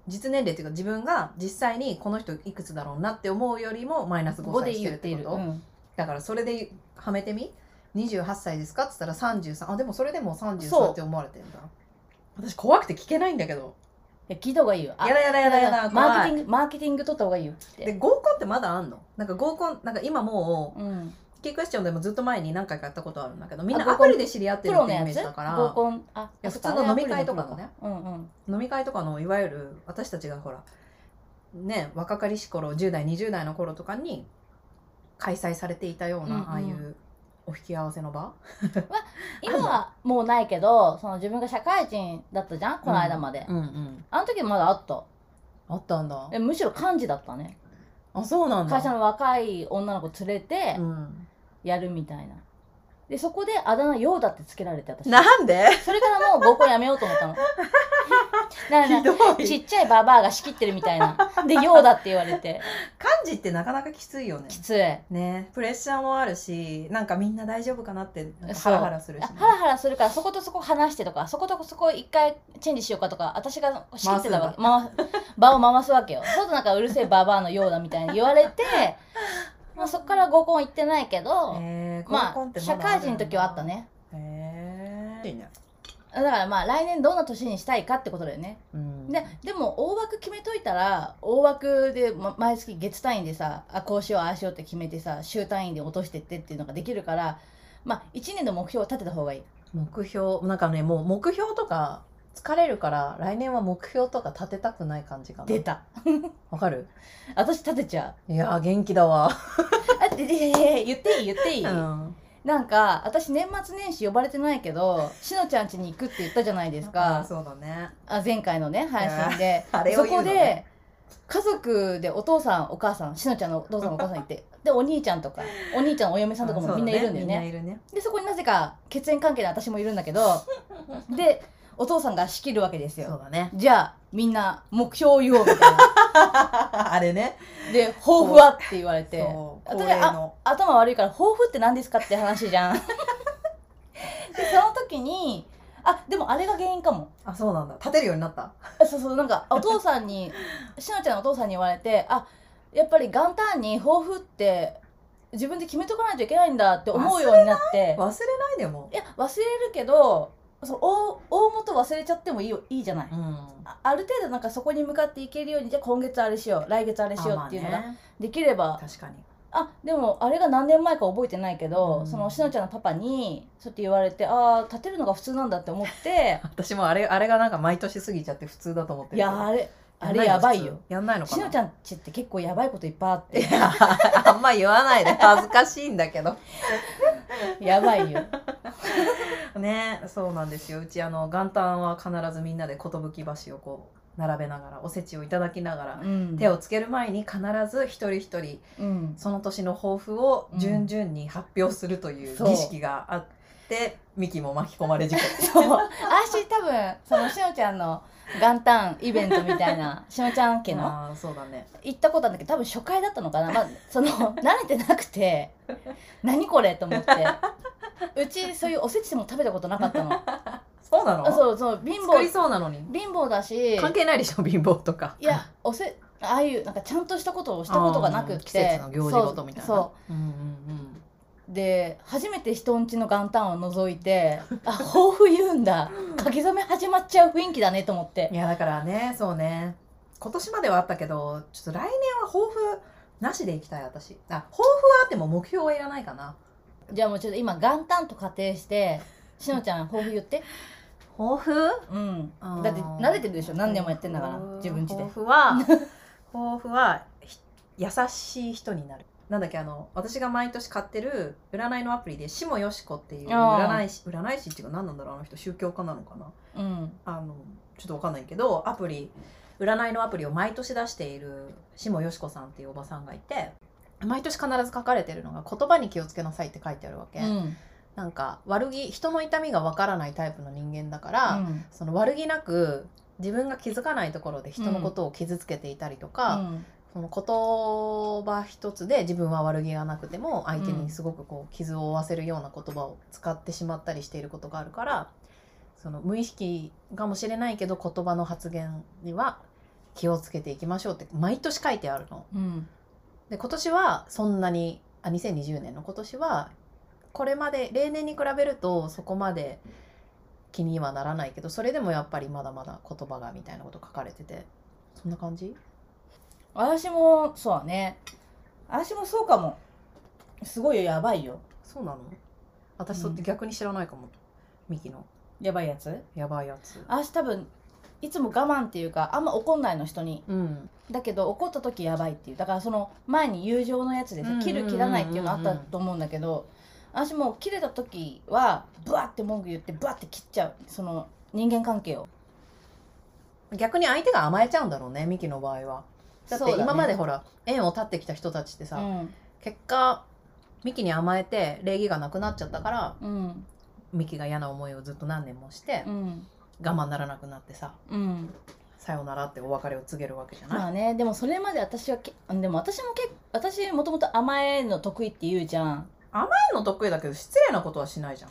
Speaker 1: 実年齢っていうか自分が実際にこの人いくつだろうなって思うよりもマイナス5
Speaker 2: 5で
Speaker 1: 歳して
Speaker 2: 言
Speaker 1: る
Speaker 2: っ
Speaker 1: ってて
Speaker 2: い
Speaker 1: こ
Speaker 2: る、
Speaker 1: と、
Speaker 2: うん、
Speaker 1: だからそれではめてみ28歳ですかっつったら33あでもそれでも
Speaker 2: そう
Speaker 1: 33って思われてんだ私怖くて聞けないんだけど
Speaker 2: いや聞いた方がいいよあ
Speaker 1: やだやだやだやだ
Speaker 2: マー
Speaker 1: 怖
Speaker 2: ケ
Speaker 1: い
Speaker 2: ティングマーケティング取った方がいいよって
Speaker 1: で合コンってまだあんのなんか合コンなんか今もう
Speaker 2: うん、
Speaker 1: キークエスチョンでもずっと前に何回かやったことあるんだけどみんな
Speaker 2: あ合
Speaker 1: ア
Speaker 2: コン
Speaker 1: プリで知り合って
Speaker 2: プ
Speaker 1: る
Speaker 2: ロ
Speaker 1: っ
Speaker 2: の
Speaker 1: てイ
Speaker 2: や
Speaker 1: メー
Speaker 2: つ
Speaker 1: ジだから
Speaker 2: 合コンあ
Speaker 1: いや
Speaker 2: そっか
Speaker 1: 普通の
Speaker 2: あれ
Speaker 1: 飲み会とかのね
Speaker 2: アプリのプロかうんうん
Speaker 1: 飲み会とかのいわゆる私たちがほらね若かりし頃10代20代の頃とかに開催されていたような、
Speaker 2: うんうん
Speaker 1: ああいうお引き合わせの場
Speaker 2: 今はもうないけどその自分が社会人だったじゃんこの間まで、
Speaker 1: うんうん
Speaker 2: あの時まだあった
Speaker 1: あったんだ
Speaker 2: えむしろ幹事だったね
Speaker 1: あそうなんだ
Speaker 2: 会社の若い女の子連れて
Speaker 1: うん、
Speaker 2: やるみたいなでそこであだ名「ようだ」ってつけられて私
Speaker 1: なんで
Speaker 2: それからもう合コンやめようと 思ったのな
Speaker 1: ひ
Speaker 2: んか
Speaker 1: ど い幹
Speaker 2: ちっちゃいババアが仕切ってるみたいなで「ようだ」って言われて
Speaker 1: 事ってなかなかきついよね
Speaker 2: きつい
Speaker 1: ねプレッシャーもあるしなんかみんな大丈夫かなってなんかハ
Speaker 2: そう
Speaker 1: ラハラするし、ね
Speaker 2: あ、ハラハラするからそことそこ話してとかそことそこ一回チェンジしようかとか私が仕切ってたわけ回す場を回すわけよそうするとなんかうるせえババアのようだみたいに言われてまあそこから合コン行ってないけど、
Speaker 1: えー合
Speaker 2: ま
Speaker 1: コンって
Speaker 2: あ
Speaker 1: まだ
Speaker 2: 社
Speaker 1: るんだ
Speaker 2: 会人の時はあったね
Speaker 1: へえいいね
Speaker 2: だからまあ来年どんな年にしたいかってことだよね
Speaker 1: うん
Speaker 2: ででも大枠決めといたら大枠でま毎月月単位でさあこうしようああしようって決めてさ週単位で落としてってっていうのができるからまあ1年の目標を立てた方がいい
Speaker 1: 目標なんかねもう目標とか疲れるから来年は目標とか立てたくない感じかな
Speaker 2: 出た
Speaker 1: わかる
Speaker 2: 私立てちゃう
Speaker 1: いやー元気だわ、
Speaker 2: あででで言っていい言っていい、
Speaker 1: うん、
Speaker 2: なんか私年末年始呼ばれてないけどしのちゃん家に行くって言ったじゃないです
Speaker 1: あー
Speaker 2: か
Speaker 1: そうだね
Speaker 2: あ前回のね配信で
Speaker 1: あれ
Speaker 2: そ
Speaker 1: を言う
Speaker 2: こ
Speaker 1: の
Speaker 2: で
Speaker 1: ね
Speaker 2: 家族でお父さんお母さんしのちゃんのお父さんお母さんい てでお兄ちゃんとかお兄ちゃんお嫁さんとかもみんないるんだ
Speaker 1: み
Speaker 2: よね
Speaker 1: んないるね。
Speaker 2: でそこになぜか血縁関係で私もいるんだけど でお父さんが仕切るわけです
Speaker 1: そう
Speaker 2: よ
Speaker 1: だね。
Speaker 2: じゃあみんな目標を言おうみたいな
Speaker 1: あれね。
Speaker 2: で抱負はって言われて
Speaker 1: そう
Speaker 2: 私
Speaker 1: 恒例の。
Speaker 2: 頭悪いから抱負って何ですかって話じ ゃんでその時にあでもあれが原因かも
Speaker 1: あ、そうなんだ。立てるようになった。
Speaker 2: あそうそうなんかお父さんに しのちゃんのお父さんに言われてあやっぱり元旦に抱負って自分で決めとかないといけないんだって思うようになって
Speaker 1: 忘れないでも
Speaker 2: い。や忘れるけどその大大元忘れちゃってもいいよいいじゃない、
Speaker 1: ん。
Speaker 2: あある程度なんかそこに向かっていけるようにじゃあ今月あれしよう来月あれしようっていうの
Speaker 1: あ
Speaker 2: が
Speaker 1: まあね
Speaker 2: できれば
Speaker 1: 確かに。
Speaker 2: あでもあれが何年前か覚えてないけど、
Speaker 1: うん
Speaker 2: そのしのちゃんのパパにそうやって言われてああ立てるのが普通なんだって 思って
Speaker 1: 私もあれ、あれがなんか毎年過ぎちゃって普通だと思って
Speaker 2: い
Speaker 1: るけど。
Speaker 2: やあれあ
Speaker 1: んな
Speaker 2: れ
Speaker 1: の
Speaker 2: やばいよ。
Speaker 1: 普通やんないのか
Speaker 2: し
Speaker 1: な。
Speaker 2: のちゃんちって結構やばいこといっぱいあっ
Speaker 1: い
Speaker 2: て
Speaker 1: や、 あんま言わないで恥ずかしいんだけど。
Speaker 2: やばいよ
Speaker 1: ね、そうなんですよ。うちあの元旦は必ずみんなで寿橋をこう並べながらおせちをいただきながら、
Speaker 2: うん
Speaker 1: 手をつける前に必ず一人一人
Speaker 2: うん
Speaker 1: その年の抱負を順々に発表するという
Speaker 2: そう
Speaker 1: 儀式があって、ミキも巻き込まれ事故。
Speaker 2: そう私多分そのしのちゃんの元旦イベントみたいなしのちゃん家の
Speaker 1: あーそうだね。
Speaker 2: 行ったことあるんだけど多分初回だったのかな、まあ、その 慣れてなくて何これと思ってうちそういうおせちも食べたことなかったの
Speaker 1: そうなの？
Speaker 2: あそうそう貧
Speaker 1: 作り
Speaker 2: 乏
Speaker 1: そうなのに。
Speaker 2: 貧乏だし
Speaker 1: 関係ないでしょ貧乏とか。
Speaker 2: いやおせああいうなんかちゃんとしたことをしたことがなくっ
Speaker 1: あー
Speaker 2: て
Speaker 1: 季節の行事ごとみたいな。。
Speaker 2: そうそう
Speaker 1: うんうん
Speaker 2: で初めて人んちの元旦を覗いてあ抱負言うんだ書き初め始まっちゃう雰囲気だねと思っ
Speaker 1: うん。
Speaker 2: て
Speaker 1: いやだからね、そうね。今年まではあったけど、ちょっと来年は抱負なしでいきたい私。あ、抱負はあっても目標はいらないかな。
Speaker 2: じゃあもうちょっと今元旦と仮定してしのちゃん抱負言って
Speaker 1: 抱負？
Speaker 2: うん
Speaker 1: あー
Speaker 2: だって慣れてるでしょ何年もやってんだから
Speaker 1: 抱負
Speaker 2: 自分ちで
Speaker 1: 抱負は 抱負はひ優しい人になるなんだっけあの私が毎年買ってる占いのアプリで下よしこっていう
Speaker 2: あー
Speaker 1: 占い師占い師っていうか何なんだろうあの人宗教家なのかな
Speaker 2: うん
Speaker 1: あのちょっとわかんないけどアプリ占いのアプリを毎年出している下よしこさんっていうおばさんがいて毎年必ず書かれてるのが「言葉に気をつけなさい」って書いてあるわけ、
Speaker 2: うん
Speaker 1: なんか悪気人の痛みがわからないタイプの人間だから、
Speaker 2: うん
Speaker 1: その悪気なく自分が気づかないところで人のことを傷つけていたりとか、その言葉一つで自分は悪気がなくても相手にすごくこう傷を負わせるような言葉を使ってしまったりしていることがあるからその無意識かもしれないけど言葉の発言には気をつけていきましょうって毎年書いてあるの。
Speaker 2: うん
Speaker 1: で今年はそんなにあ2020年の今年はこれまで例年に比べるとそこまで気にはならないけどそれでもやっぱりまだまだ言葉がみたいなこと書かれててそんな感じ
Speaker 2: 私もそうだね私もそうかもすごいよやばいよ
Speaker 1: そうなの私それっ
Speaker 2: う
Speaker 1: て
Speaker 2: ん
Speaker 1: 逆に知らないかも、ミキの
Speaker 2: やばいやつ
Speaker 1: やばいやつ
Speaker 2: 私多分いつも我慢っていうかあんま怒んないの人に
Speaker 1: うん
Speaker 2: だけど怒った時やばいっていうだからその前に友情のやつで
Speaker 1: うんう
Speaker 2: さ
Speaker 1: んうんうん
Speaker 2: 切る切らないっていうのあったと思うんだけど私もう切れた時はブワって文句言ってブワって切っちゃうその人間関係を
Speaker 1: 逆に相手が甘えちゃうんだろうねミキの場合はだって
Speaker 2: そうね
Speaker 1: 今までほら、縁を立ってきた人たちってさ、
Speaker 2: うん
Speaker 1: 結果ミキに甘えて礼儀がなくなっちゃったから
Speaker 2: うん
Speaker 1: ミキが嫌な思いをずっと何年もして、
Speaker 2: うん
Speaker 1: 我慢ならなくなってさ
Speaker 2: うん
Speaker 1: さよならってお別れを告げるわけじゃ
Speaker 2: ま
Speaker 1: ない、
Speaker 2: あねでもそれまで私はけでも私もけ私もともと甘えの得意って言うじゃん
Speaker 1: 前の得意だけど失礼なことはしないじゃん、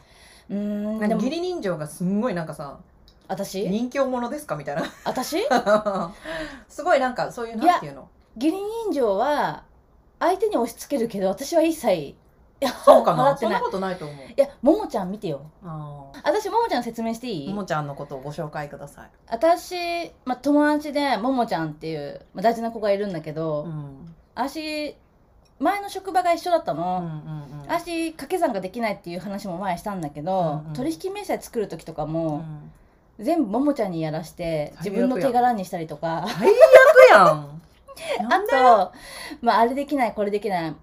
Speaker 2: うー
Speaker 1: なんん
Speaker 2: で
Speaker 1: か
Speaker 2: も
Speaker 1: 義理人情がすんごいなんかさ
Speaker 2: 私
Speaker 1: 人形者ですかみたい
Speaker 2: 私
Speaker 1: な すごいなんかそういう
Speaker 2: いや
Speaker 1: なんていうの
Speaker 2: 義理人情は相手に押し付けるけど私は一切いや
Speaker 1: そうか
Speaker 2: 払
Speaker 1: な
Speaker 2: って
Speaker 1: そん
Speaker 2: な
Speaker 1: ないことないと思う
Speaker 2: いやももちゃん見てよ
Speaker 1: あー
Speaker 2: 私ももちゃん説明していい
Speaker 1: ももちゃんのことをご紹介ください、
Speaker 2: 私、まあ、友達でももちゃんっていう、まあ、大事な子がいるんだけど、
Speaker 1: うん、うん
Speaker 2: 私前の職場が一緒だった
Speaker 1: うんう
Speaker 2: の、
Speaker 1: ん
Speaker 2: 私掛け算ができないっていう話も前したんだけど、
Speaker 1: うんうん
Speaker 2: 取引明細作る時とか
Speaker 1: う
Speaker 2: も、
Speaker 1: ん
Speaker 2: 全部ももちゃんにやらして
Speaker 1: 最
Speaker 2: 自
Speaker 1: 悪
Speaker 2: 分の手柄にしたりとか
Speaker 1: 最悪やん
Speaker 2: あと、まあ、あれできないこれできない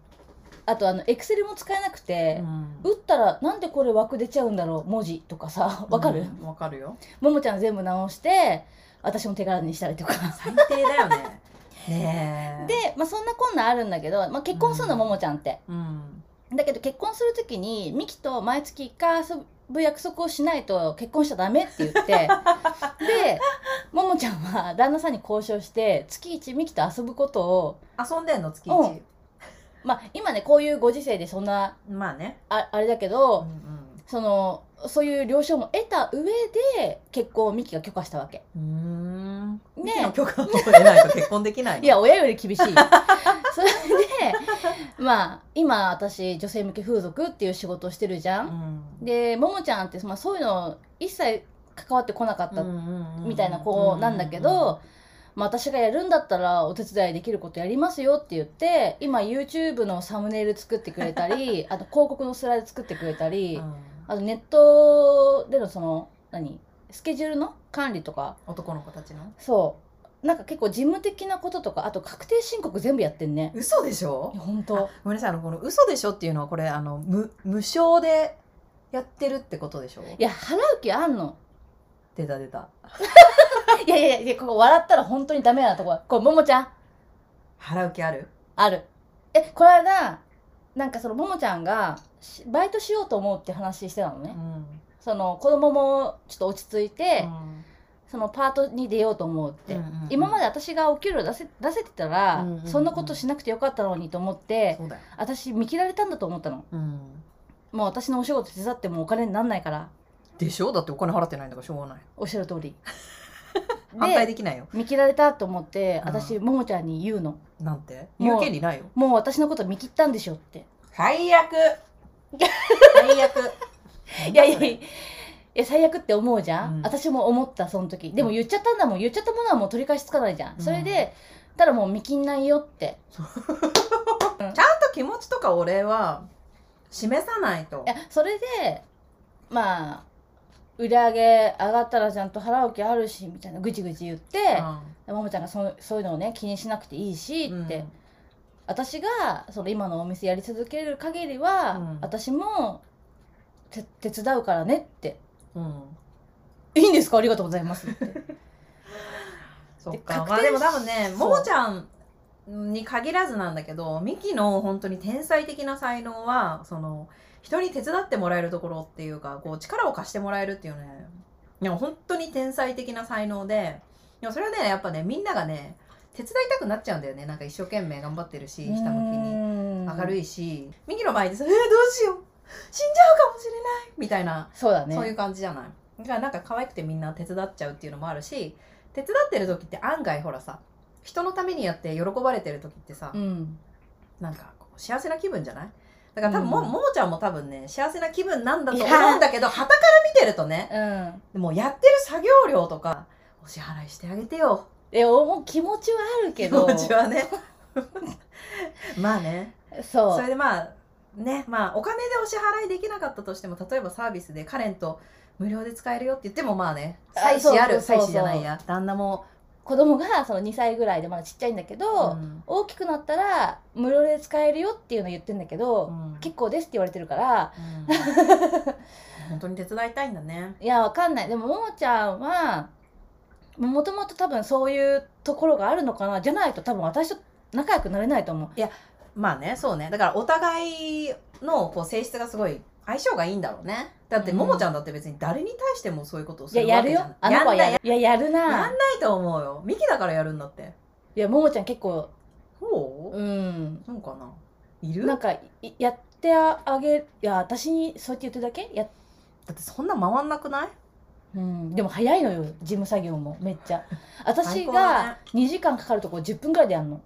Speaker 2: あとあのエクセルも使えなくて
Speaker 1: う、ん
Speaker 2: 打ったらなんでこれ枠出ちゃうんだろう文字とかさわかる、
Speaker 1: うんわかるよ
Speaker 2: ももちゃん全部直して私も手柄にしたりとか
Speaker 1: 最低だよねねえ
Speaker 2: で、まあ、そんなこんなあるんだけど、まあ、結婚するの
Speaker 1: うん
Speaker 2: ももちゃんって、
Speaker 1: うん
Speaker 2: だけど結婚する時にミキと毎月1回遊ぶ約束をしないと結婚しちゃダメって言って でももちゃんは旦那さんに交渉して月1ミキと遊ぶことを
Speaker 1: 遊んでんの月
Speaker 2: う
Speaker 1: 一、
Speaker 2: まあ今ねこういうご時世でそんな
Speaker 1: まあね、
Speaker 2: ああれだけ
Speaker 1: う
Speaker 2: ど、
Speaker 1: ん
Speaker 2: そのそういう了承も得た上で結婚をミキが許可したわけ。
Speaker 1: うん、うーん
Speaker 2: ね
Speaker 1: ミキの許可を得ないと結婚できないの
Speaker 2: いや親より 厳しいそれでまあ今私女性向け風俗っていう仕事をしてるじゃ、
Speaker 1: うんん、
Speaker 2: でももちゃんって、まあ、そういうの一切関わってこなかった、みたいな
Speaker 1: こ
Speaker 2: 子
Speaker 1: う
Speaker 2: なんだけど、まあ、私がやるんだったらお手伝いできることやりますよって言って今 YouTube のサムネイル作ってくれ たりあと広告のスライド作ってくれた
Speaker 1: うん
Speaker 2: り、
Speaker 1: うん
Speaker 2: あとネットでのその何スケジュールの管理とか
Speaker 1: 男の子たちの
Speaker 2: そうなんか結構事務的なこととかあと確定申告全部やってんね
Speaker 1: 嘘でしょ
Speaker 2: いや本当
Speaker 1: ごめんなさいあのこの嘘でしょっていうのはこれあの無無償でやってるってことでしょ
Speaker 2: いや払う気あんの
Speaker 1: 出た出た
Speaker 2: いやいやいやここ笑ったら本当にダメなとここれももちゃん
Speaker 1: 払う気ある
Speaker 2: あるえこの間なんかそのももちゃんがしバイトしようと思うって話してたの
Speaker 1: う
Speaker 2: ね、
Speaker 1: ん
Speaker 2: その子供もちょっと落ち着いて、
Speaker 1: うん
Speaker 2: そのパートに出ようと思うって、
Speaker 1: うんうんうん
Speaker 2: 今まで私がお給料出せ出せてたら、
Speaker 1: うんうんうん
Speaker 2: そんなことしなくてよかったのにと思って
Speaker 1: そうだよ、
Speaker 2: 私見切られたんだと思ったの
Speaker 1: うん、
Speaker 2: もう私のお仕事手伝ってもお金になんないから
Speaker 1: でしょだってお金払ってないんだからしょうがない
Speaker 2: おっしゃ る通り
Speaker 1: 反対
Speaker 2: で
Speaker 1: できないよ
Speaker 2: 見切られたと思って
Speaker 1: うん
Speaker 2: 私ももちゃんに言うの
Speaker 1: なんて言
Speaker 2: もう
Speaker 1: う権利ないよ
Speaker 2: 「もう私のこと見切ったんでしょ」って
Speaker 1: 最悪最悪
Speaker 2: いやいやいやいや最悪って思うじゃん、
Speaker 1: うん
Speaker 2: 私も思ったその時でも言っちゃったんだもん言っちゃったものはもう取り返しつかないじゃん、
Speaker 1: うん
Speaker 2: それでただもう見切んないよって
Speaker 1: ちょっと気持ちとかお礼は示さないと
Speaker 2: いやそれでまあ売り上げ上がったらちゃんと払う気あるしみたいなぐちぐち言って、ももちゃんがそそういうのをね気にしなくていいし
Speaker 1: うん
Speaker 2: って、私がその今のお店やり続ける限りは、
Speaker 1: うん
Speaker 2: 私もて手伝うからねって
Speaker 1: うんうん
Speaker 2: 「いいんですかありがとうございます」って
Speaker 1: そっ
Speaker 2: で
Speaker 1: か
Speaker 2: 確定
Speaker 1: まあでも多分ね
Speaker 2: そう
Speaker 1: ももちゃんに限らずなんだけどミキの本当に天才的な才能はその人に手伝ってもらえるところっていうかこう力を貸してもらえるっていうねでも本当に天才的な才能ででもそれはねやっぱねみんながね手伝いたくなっちゃうんだよねなんか一生懸命頑張ってるしひたむきに。明
Speaker 2: 明
Speaker 1: る
Speaker 2: い
Speaker 1: いし、ミキの場合でさ「えー、どうしよう死んじゃうかもしれない」みたいな、
Speaker 2: そうだね
Speaker 1: そういう感じじゃないだからなんか可愛くてみんな手伝っちゃうっていうのもあるし手伝ってる時って案外ほらさ人のためにやって喜ばれてる時ってさ、
Speaker 2: うん、
Speaker 1: なんかこう幸せな気分じゃないだから多分も,、
Speaker 2: うん
Speaker 1: ももちゃんも多分ね幸せな気分なんだと
Speaker 2: いや
Speaker 1: 思うんだけど旗から見てるとね
Speaker 2: うん、
Speaker 1: もうやってる作業量とかお支払いしてあげてよ
Speaker 2: でもう気持ちはあるけ
Speaker 1: 気
Speaker 2: ど
Speaker 1: 持ちはね まあね
Speaker 2: そう
Speaker 1: それでまあねまあお金でお支払いできなかったとしても例えばサービスでカレンと無料で使えるよって言ってもまあね
Speaker 2: あ
Speaker 1: 妻子ある
Speaker 2: そうそ
Speaker 1: 妻
Speaker 2: うそう
Speaker 1: 子じゃないや旦那も、
Speaker 2: 子供がその2歳ぐらいでまだちっちゃいんだけど、
Speaker 1: うん
Speaker 2: 大きくなったら無料で使えるよっていうの言ってんだけど、
Speaker 1: うん
Speaker 2: 結構ですって言われてるから
Speaker 1: うん本当に手伝いたいんだね。
Speaker 2: いやわかんないでもももちゃんはもともと多分そういうところがあるのかなじゃないと多分私と仲良くなれないと思う
Speaker 1: まあねそうねだからお互いのこう性質がすごい相性がいいんだろうね。だって
Speaker 2: うん
Speaker 1: ももちゃんだって別に誰に対してもそういうことをす
Speaker 2: いや
Speaker 1: る
Speaker 2: や
Speaker 1: わけ
Speaker 2: る
Speaker 1: じゃん
Speaker 2: よあの子は
Speaker 1: やんない
Speaker 2: やるいややる
Speaker 1: や
Speaker 2: なん
Speaker 1: ないと思うよ。ミキだからやるんだって。
Speaker 2: いやももちゃん結構
Speaker 1: そうう、
Speaker 2: ん
Speaker 1: そうかないる
Speaker 2: なんかいやってあげるいや私にそうやって言ってるだけやっ
Speaker 1: だってそんな回んなくない
Speaker 2: うん、でも早いのよ事務作業もめっ ちゃ私
Speaker 1: 最高だね
Speaker 2: が2時間かかるとこ10分ぐらいでやんの、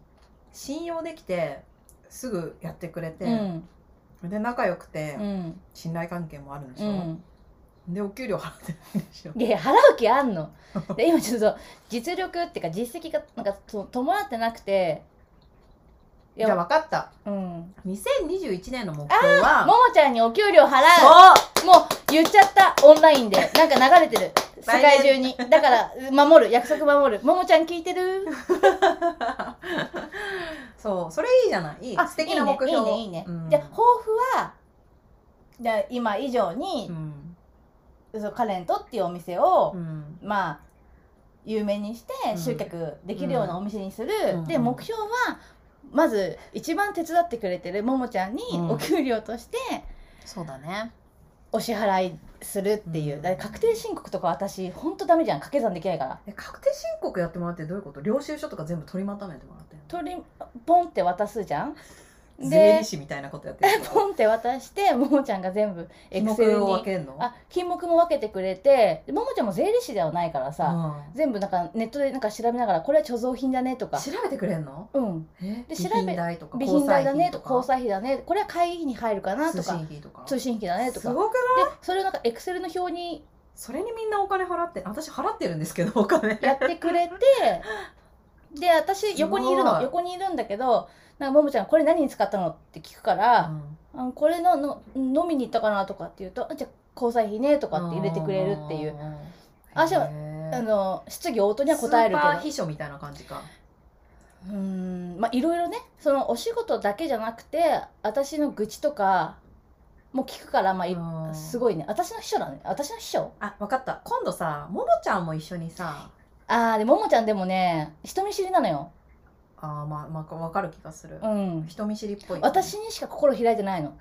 Speaker 1: 信用できてすぐやってくれて、
Speaker 2: うん
Speaker 1: で仲良くて、
Speaker 2: うん
Speaker 1: 信頼関係もあるんでし
Speaker 2: う
Speaker 1: ょ、
Speaker 2: ん
Speaker 1: でお給料払ってないんでしょ
Speaker 2: いやいや払う気あ んので今ちょっと実力っていうか実績がなんかそう伴ってなくてい
Speaker 1: じゃあ分かった
Speaker 2: うんも
Speaker 1: 2021年の目標は
Speaker 2: もちゃんにお給料払
Speaker 1: そう
Speaker 2: うもう言っちゃったオンラインでなんか流れて る世
Speaker 1: 来
Speaker 2: 界
Speaker 1: 年
Speaker 2: 中にだから守る約束守るももちゃん聞いてる
Speaker 1: そうそれいいじゃないいい
Speaker 2: あ
Speaker 1: 素敵な目標
Speaker 2: いいねいいねいいね
Speaker 1: うん
Speaker 2: じゃあ抱負はじゃあ今以上に
Speaker 1: うん
Speaker 2: そうカレントっていうお店を
Speaker 1: う、ん
Speaker 2: まあ有名にして
Speaker 1: うん
Speaker 2: 集客できるようなお店にする、
Speaker 1: うん
Speaker 2: で目標はまず一番手伝ってくれてるももちゃんに
Speaker 1: うん
Speaker 2: お給料として
Speaker 1: そうだね
Speaker 2: お支払いするっていう、
Speaker 1: うん
Speaker 2: だから確定申告とか私ほんとダメじゃん掛け算できないから
Speaker 1: え確定申告やってもらってどういうこと領収書とか全部取りまとめてもらってんの
Speaker 2: 取りポンって渡すじゃん
Speaker 1: 税理
Speaker 2: で
Speaker 1: 士みたいなことやってるってこ
Speaker 2: ポンって渡してももちゃんが全部
Speaker 1: と
Speaker 2: エ
Speaker 1: 品
Speaker 2: クセル
Speaker 1: 目を分
Speaker 2: に
Speaker 1: けんの
Speaker 2: あ品目も分けてくれてでももちゃんも税理士ではないからさ、
Speaker 1: う
Speaker 2: 全部なんかネットでなんか調べながらこれは貯蔵品だねと
Speaker 1: ん
Speaker 2: か、
Speaker 1: 調べてくれんの
Speaker 2: うん、
Speaker 1: え
Speaker 2: で
Speaker 1: 備
Speaker 2: 調べ
Speaker 1: 品代とか
Speaker 2: 備品代だねと
Speaker 1: と
Speaker 2: か交際費だねこれは会議費に入るかなと
Speaker 1: 通信
Speaker 2: か
Speaker 1: 費とか
Speaker 2: 通信費だねと
Speaker 1: す
Speaker 2: か
Speaker 1: ごくない
Speaker 2: でそれをなんかエクセルの表に
Speaker 1: それにみんなお金払って私払ってるんですけどお金
Speaker 2: やって くれてで私横にいる
Speaker 1: すご
Speaker 2: の
Speaker 1: い
Speaker 2: 横にいるんだけどなんかももちゃんこれ何に使ったのって聞くか
Speaker 1: う
Speaker 2: ら、
Speaker 1: ん
Speaker 2: あこれのの飲みに行ったかなとかって言うとあじゃあ交際費ねとかって入れてくれるっていうあじゃああ
Speaker 1: あ
Speaker 2: の質疑応答には答える
Speaker 1: スーパー
Speaker 2: けど
Speaker 1: 秘書みたいな感じか
Speaker 2: うーんまあいろいろねそのお仕事だけじゃなくて私の愚痴とかも聞くからまあい
Speaker 1: うん
Speaker 2: すごいね私の秘書だね私の秘書
Speaker 1: あ分かった今度さももちゃんも一緒にさ
Speaker 2: ああでももちゃんでもね人見知りなのよ
Speaker 1: あーまあまあ分かる気がする、
Speaker 2: うん
Speaker 1: 人見知りっぽい
Speaker 2: 私にしか心開いてないのっ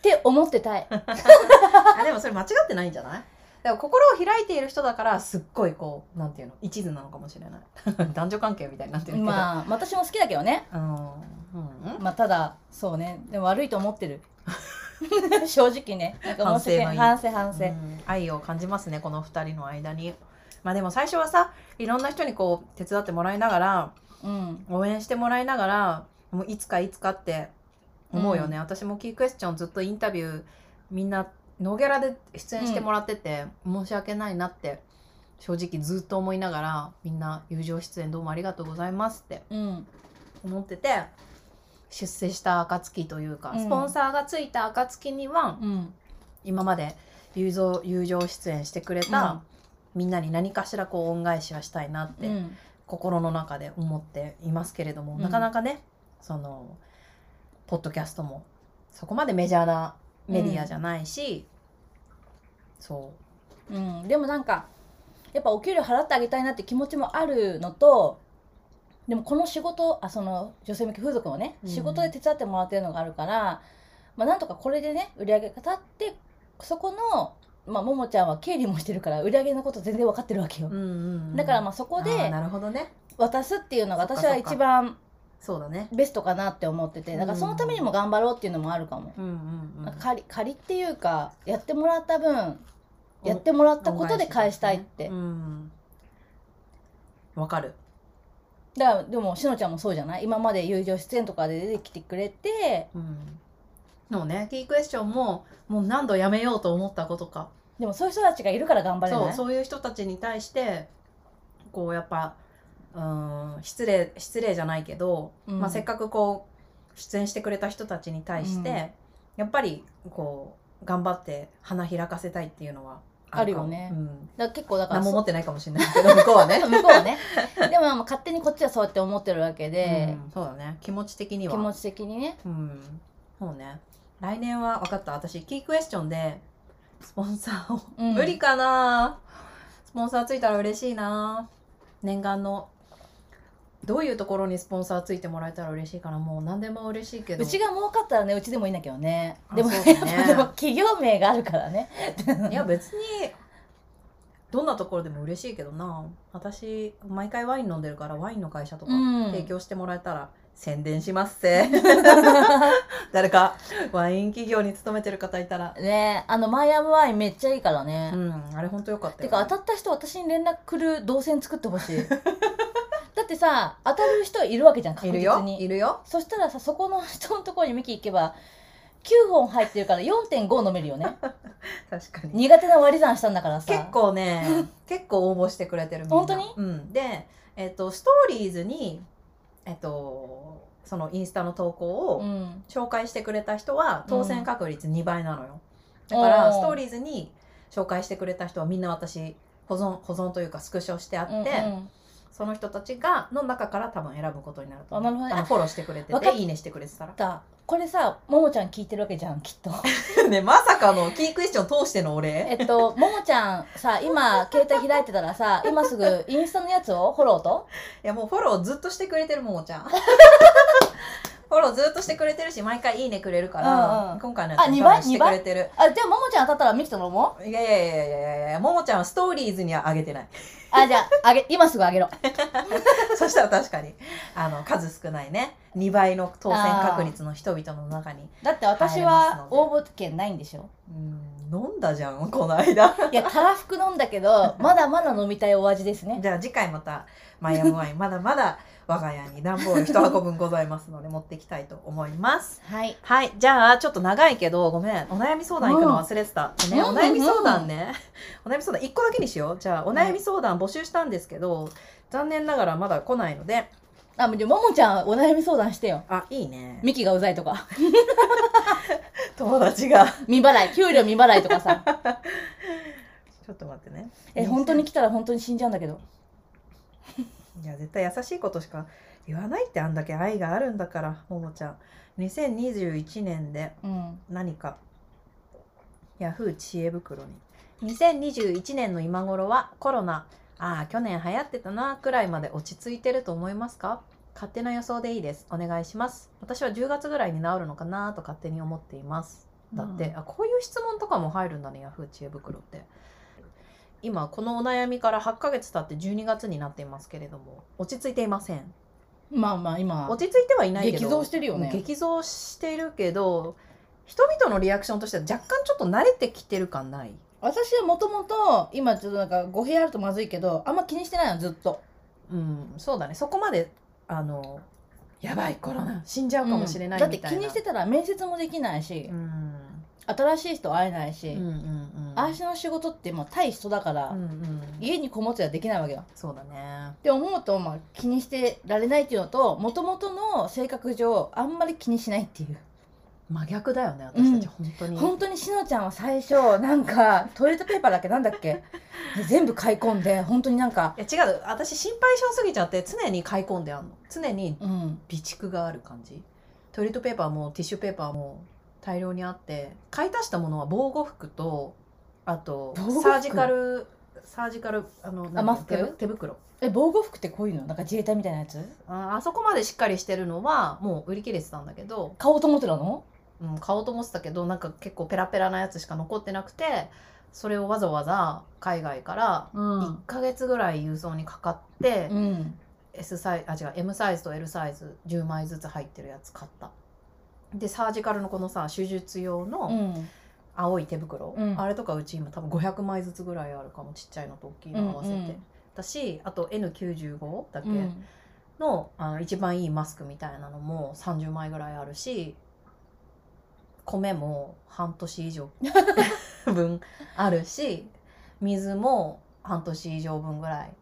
Speaker 2: て思ってたい
Speaker 1: あでもそれ間違ってないんじゃないだから心を開いている人だからすっごいこうなんていうの一途なのかもしれない 男女関係みたいになってるけど、あ
Speaker 2: まあ私も好きだけどね
Speaker 1: のうん
Speaker 2: まあただそうねでも悪いと思 ってる正直ねなんか申し訳ない
Speaker 1: 反
Speaker 2: 反省反省
Speaker 1: うん愛を感じますねこの2人の間に。まあでも最初はさいろんな人にこう手伝ってもらいながら
Speaker 2: うん
Speaker 1: 応援してもらいながらもういつかいつかって思うよね、私もキークエスチョンずっとインタビューみんなノーギャラで出演してもらってて、申し訳ないなって正直ずっと思いながらみんな友情出演どうもありがとうございますって
Speaker 2: うん
Speaker 1: 思ってて出世した暁というか、
Speaker 2: うん
Speaker 1: スポンサーがついた暁には
Speaker 2: うん
Speaker 1: 今まで友情友情出演してくれた、みんなに何かしらこう恩返しはしたいなって
Speaker 2: うん
Speaker 1: 心の中で思っていますけれども、
Speaker 2: うん
Speaker 1: なかなかねそのポッドキャストもそこまでメジャーなメディアじゃないし、そ
Speaker 2: うん、でもなんかやっぱお給料払ってあげたいなって気持ちもあるのとでもこの仕事あその女性向け風俗もね
Speaker 1: うん
Speaker 2: 仕事で手伝ってもらってるのがあるから、まあ、なんとかこれでね売り上げが立ってそこの、まあ、ももちゃんは経理もしてるから売り上げのこと全然分かってるわけよ
Speaker 1: う、、
Speaker 2: だからま
Speaker 1: あ
Speaker 2: あそこ
Speaker 1: ー
Speaker 2: で
Speaker 1: なるほどね
Speaker 2: 渡すっていうのが
Speaker 1: そっか
Speaker 2: 私は一番
Speaker 1: そうだね
Speaker 2: ベストかなって思っててだからそのためにも頑張ろうっていうのもあるかも、
Speaker 1: うんうんう
Speaker 2: なんんか借り借りっていうかやってもらった分やってもらったことで返したいって
Speaker 1: うんわかる
Speaker 2: だからでもしのちゃんもそうじゃない今まで友情出演とかで出てきてくれて
Speaker 1: うんでもねキークエスチョンももう何度やめようと思ったことか
Speaker 2: でもそういう人たちがいるから頑張れない
Speaker 1: そうそういう人たちに対してこうやっぱうーん失礼失礼じゃないけど、
Speaker 2: うん
Speaker 1: まあ、せっかくこう出演してくれた人たちに対して、
Speaker 2: うん
Speaker 1: やっぱりこう頑張って花開かせたいっていうのはかも
Speaker 2: あるよね
Speaker 1: うん、
Speaker 2: だから結構だから
Speaker 1: 何も持
Speaker 2: そ
Speaker 1: ってないかもしれないけど向こうはね
Speaker 2: う向こう はねでもまあ勝手にこっちはそうやって思ってるわけで、
Speaker 1: うんそうだね気持ち的には
Speaker 2: 気持ち的にね
Speaker 1: うんそうね来年は分かった私キークエスチョンでスポンサーを
Speaker 2: うん
Speaker 1: 無理かなスポンサーついたら嬉しいな念願のどういうところにスポンサーついてもらえたら嬉しいかなもう何でも嬉しいけど
Speaker 2: うちが儲かったらねうちでもいいんだけどね
Speaker 1: あ
Speaker 2: でもね
Speaker 1: そうだね
Speaker 2: やっぱでも企業名があるからね
Speaker 1: いや別にどんなところでも嬉しいけどな私毎回ワイン飲んでるからワインの会社とか
Speaker 2: うん
Speaker 1: 提供してもらえたら宣伝しますせ 誰かワイン企業に勤めてる方いたら
Speaker 2: ねあのマイアムワインめっちゃいいからね、
Speaker 1: うんあれ本当よかった
Speaker 2: て
Speaker 1: よ
Speaker 2: か当たった人私に連絡来る動線作ってほしいだってさ当たる人いるわけじゃん確
Speaker 1: い
Speaker 2: 実
Speaker 1: る
Speaker 2: に
Speaker 1: よいるよ
Speaker 2: そしたらさそこの人のところにミキ行けば9本入ってるから4.5飲めるよ ね
Speaker 1: 確かに
Speaker 2: 苦手な割り算したんだからさ
Speaker 1: 結構ね 結構応募してくれてるみんな
Speaker 2: 本当に
Speaker 1: うん、で、えっとストーリーズに、えっとそのインスタの投稿
Speaker 2: う
Speaker 1: を
Speaker 2: ん
Speaker 1: 紹介してくれた人は当選確率2倍なのよ、
Speaker 2: うん
Speaker 1: だから
Speaker 2: おー
Speaker 1: ストーリーズに紹介してくれた人はみんな私保存保存というかスクショしてあって、
Speaker 2: うんうん
Speaker 1: その人たちがの中から多分選ぶことになると思う
Speaker 2: あなるほどね
Speaker 1: あのフォローしてくれて
Speaker 2: わか
Speaker 1: て
Speaker 2: っ
Speaker 1: いいねしてくれてたら
Speaker 2: だこれさももちゃん聞いてるわけじゃんきっと
Speaker 1: ねまさかのキークエスチョン通してのお
Speaker 2: え
Speaker 1: 礼
Speaker 2: っとももちゃんさ今携帯開いてたらさ今すぐインスタのやつをフォローと
Speaker 1: いやもうフォローずっとしてくれてるももち ゃんフォローずっとしてくれてるし毎回いいねくれるから、
Speaker 2: うんうん
Speaker 1: 今回のやつ
Speaker 2: あ二
Speaker 1: も多
Speaker 2: 倍
Speaker 1: 分してくれてる
Speaker 2: あじゃあももちゃん当たったらミキと飲もう
Speaker 1: いやいやいやいやいやいやももちゃんはストーリーズにはあげてない
Speaker 2: あじゃああげ今すぐあげろ
Speaker 1: そしたら確かにあの数少ないね2倍の当選確率の人々の中に
Speaker 2: だって私は応募権ないんでしょ
Speaker 1: うん飲んだじゃんこの間
Speaker 2: いやたらふく飲んだけどまだまだ飲みたいお味ですね
Speaker 1: じゃあ次回またマイアムワインまだまだ我が家に段ボール1箱分ございますので持ってきたいと思います
Speaker 2: はい
Speaker 1: はいじゃあちょっと長いけどごめんお悩み相談行くの忘れてた、でね
Speaker 2: うん
Speaker 1: お悩み相談ね、 お悩み相談1個だけにしようじゃあお悩み相談募集したんですけど残念ながらまだ来ないので
Speaker 2: あもうじゃあももちゃんお悩み相談してよ
Speaker 1: あいいね
Speaker 2: ミキがうざいとか
Speaker 1: 友達が
Speaker 2: 未払い給料未払いとかさ
Speaker 1: ちょっと待ってね
Speaker 2: え本当に来たら本当に死んじゃうんだけど
Speaker 1: いや絶対優しいことしか言わないってあんだけ愛があるんだからももちゃん2021年で
Speaker 2: うん
Speaker 1: 何かヤフー知恵袋に2021年の今頃はコロナああ去年流行ってたなくらいまで落ち着いてると思いますか勝手な予想でいいですお願いします私は10月ぐらいに治るのかなと勝手に思っていますだって、あこういう質問とかも入るんだねヤフー知恵袋って今このお悩みから8ヶ月経って12月になっていますけれども落ち着いていません
Speaker 2: まあまあ今
Speaker 1: 落ち着いてはいないけど
Speaker 2: 激増してるよね
Speaker 1: 激増してるけど人々のリアクションとしては若干ちょっと慣れてきてる感ない
Speaker 2: 私はもともと今ちょっとなんか語弊あるとまずいけどあんま気にしてないのずっと
Speaker 1: うんそうだねそこまであのやばいコロナ死んじゃうかもしれない
Speaker 2: うん
Speaker 1: みた
Speaker 2: だっ
Speaker 1: いな、
Speaker 2: て気にしてたら面接もできないし、
Speaker 1: うん
Speaker 2: 新しい人会えないし、
Speaker 1: うんうんうん
Speaker 2: 私の仕事ってまあ対人だから、
Speaker 1: うんうん
Speaker 2: 家にこもってはできないわけよ
Speaker 1: そうだね
Speaker 2: って思うと、まあ、気にしてられないっていうのともともとの性格上あんまり気にしないっていう、
Speaker 1: 真逆だよね私たち
Speaker 2: うん
Speaker 1: 本当に、
Speaker 2: 本当にしのちゃんは最初なんかトイレットペーパーだっけなんだっけ全部買い込んで本当になんか、
Speaker 1: いや違う私心配性すぎちゃって常に買い込んであんの常に
Speaker 2: うん、
Speaker 1: 備蓄がある感じトイレットペーパーもティッシュペーパーも大量にあって買い足したものは防護服とあと
Speaker 2: 防護服
Speaker 1: サージカルサージカルあのなんていうの
Speaker 2: マスク
Speaker 1: 手ぶ手袋
Speaker 2: え防護服ってこういうのなんか自衛隊みたいなやつ
Speaker 1: ああそこまでしっかりしてるのはもう売り切れてたんだけど、
Speaker 2: 買おうと思ってたの
Speaker 1: うん、買おうと思ってたけどなんか結構ペラペラなやつしか残ってなくてそれをわざわざ海外から
Speaker 2: う
Speaker 1: 1ヶ月ぐらい郵送にかかって、
Speaker 2: うん、
Speaker 1: S サイあ違う M サイズと L サイズ10枚ずつ入ってるやつ買ったでサージカルのこのさ手術用の
Speaker 2: うん、
Speaker 1: 青い手袋、
Speaker 2: うん
Speaker 1: あれとかうち今多分500枚ずつぐらいあるかもちっちゃいのと大きいの合わせて、
Speaker 2: うんうん
Speaker 1: だしあと N95 だけ
Speaker 2: うん
Speaker 1: の,、あの一番いいマスクみたいなのも30枚ぐらいあるし米も半年以 上分あるし水も半年以上分ぐらい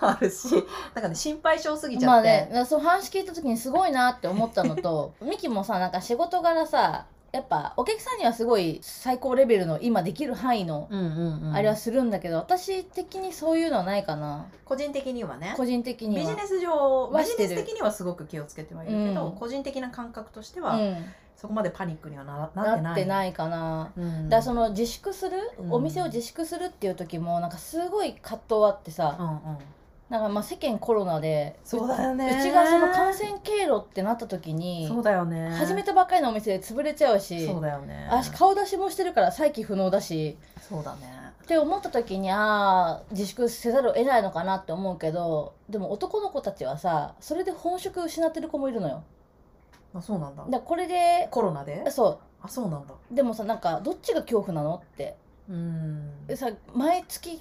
Speaker 1: ある しなんかね心配性すぎち
Speaker 2: ま
Speaker 1: ゃ
Speaker 2: あ
Speaker 1: って、
Speaker 2: ね、だからその話聞いた時にすごいなって思ったの とミキもさなんか仕事柄さやっぱお客さんにはすごい最高レベルの今できる範囲の
Speaker 1: うんうんうん、
Speaker 2: あれはするんだけど、私的にそういうのはないかな
Speaker 1: 個人的にはね
Speaker 2: 個人的に
Speaker 1: ビ
Speaker 2: は
Speaker 1: ジネス上ビ
Speaker 2: は
Speaker 1: ジ
Speaker 2: して
Speaker 1: ネ
Speaker 2: る
Speaker 1: ス的にはすごく気をつけてはいるけど、
Speaker 2: うん
Speaker 1: 個人的な感覚として
Speaker 2: う
Speaker 1: は、
Speaker 2: ん、
Speaker 1: そこまでパニックにはななって
Speaker 2: なっ
Speaker 1: ない
Speaker 2: てないかな、
Speaker 1: うん
Speaker 2: だからその自粛する、
Speaker 1: うん
Speaker 2: お店を自粛するっていう時もなんかすごい葛藤あってさ、
Speaker 1: うんうん
Speaker 2: なんかまあ世間コロナで
Speaker 1: そうだよね
Speaker 2: うちがその感染経路ってなった時に
Speaker 1: そうだよね
Speaker 2: 始めたばっかりのお店で潰れちゃうし
Speaker 1: そうだよね
Speaker 2: 私顔出しもしてるから再起不能だし
Speaker 1: そうだね
Speaker 2: って思った時にああ自粛せざるを得ないのかなって思うけどでも男の子たちはさそれで本職失ってる子もいるのよ
Speaker 1: あそうなんだ
Speaker 2: だからこれで
Speaker 1: コロナで
Speaker 2: そ
Speaker 1: あそうなんだ
Speaker 2: うでもさなんかどっちが恐怖なのって
Speaker 1: うん
Speaker 2: でさ毎月必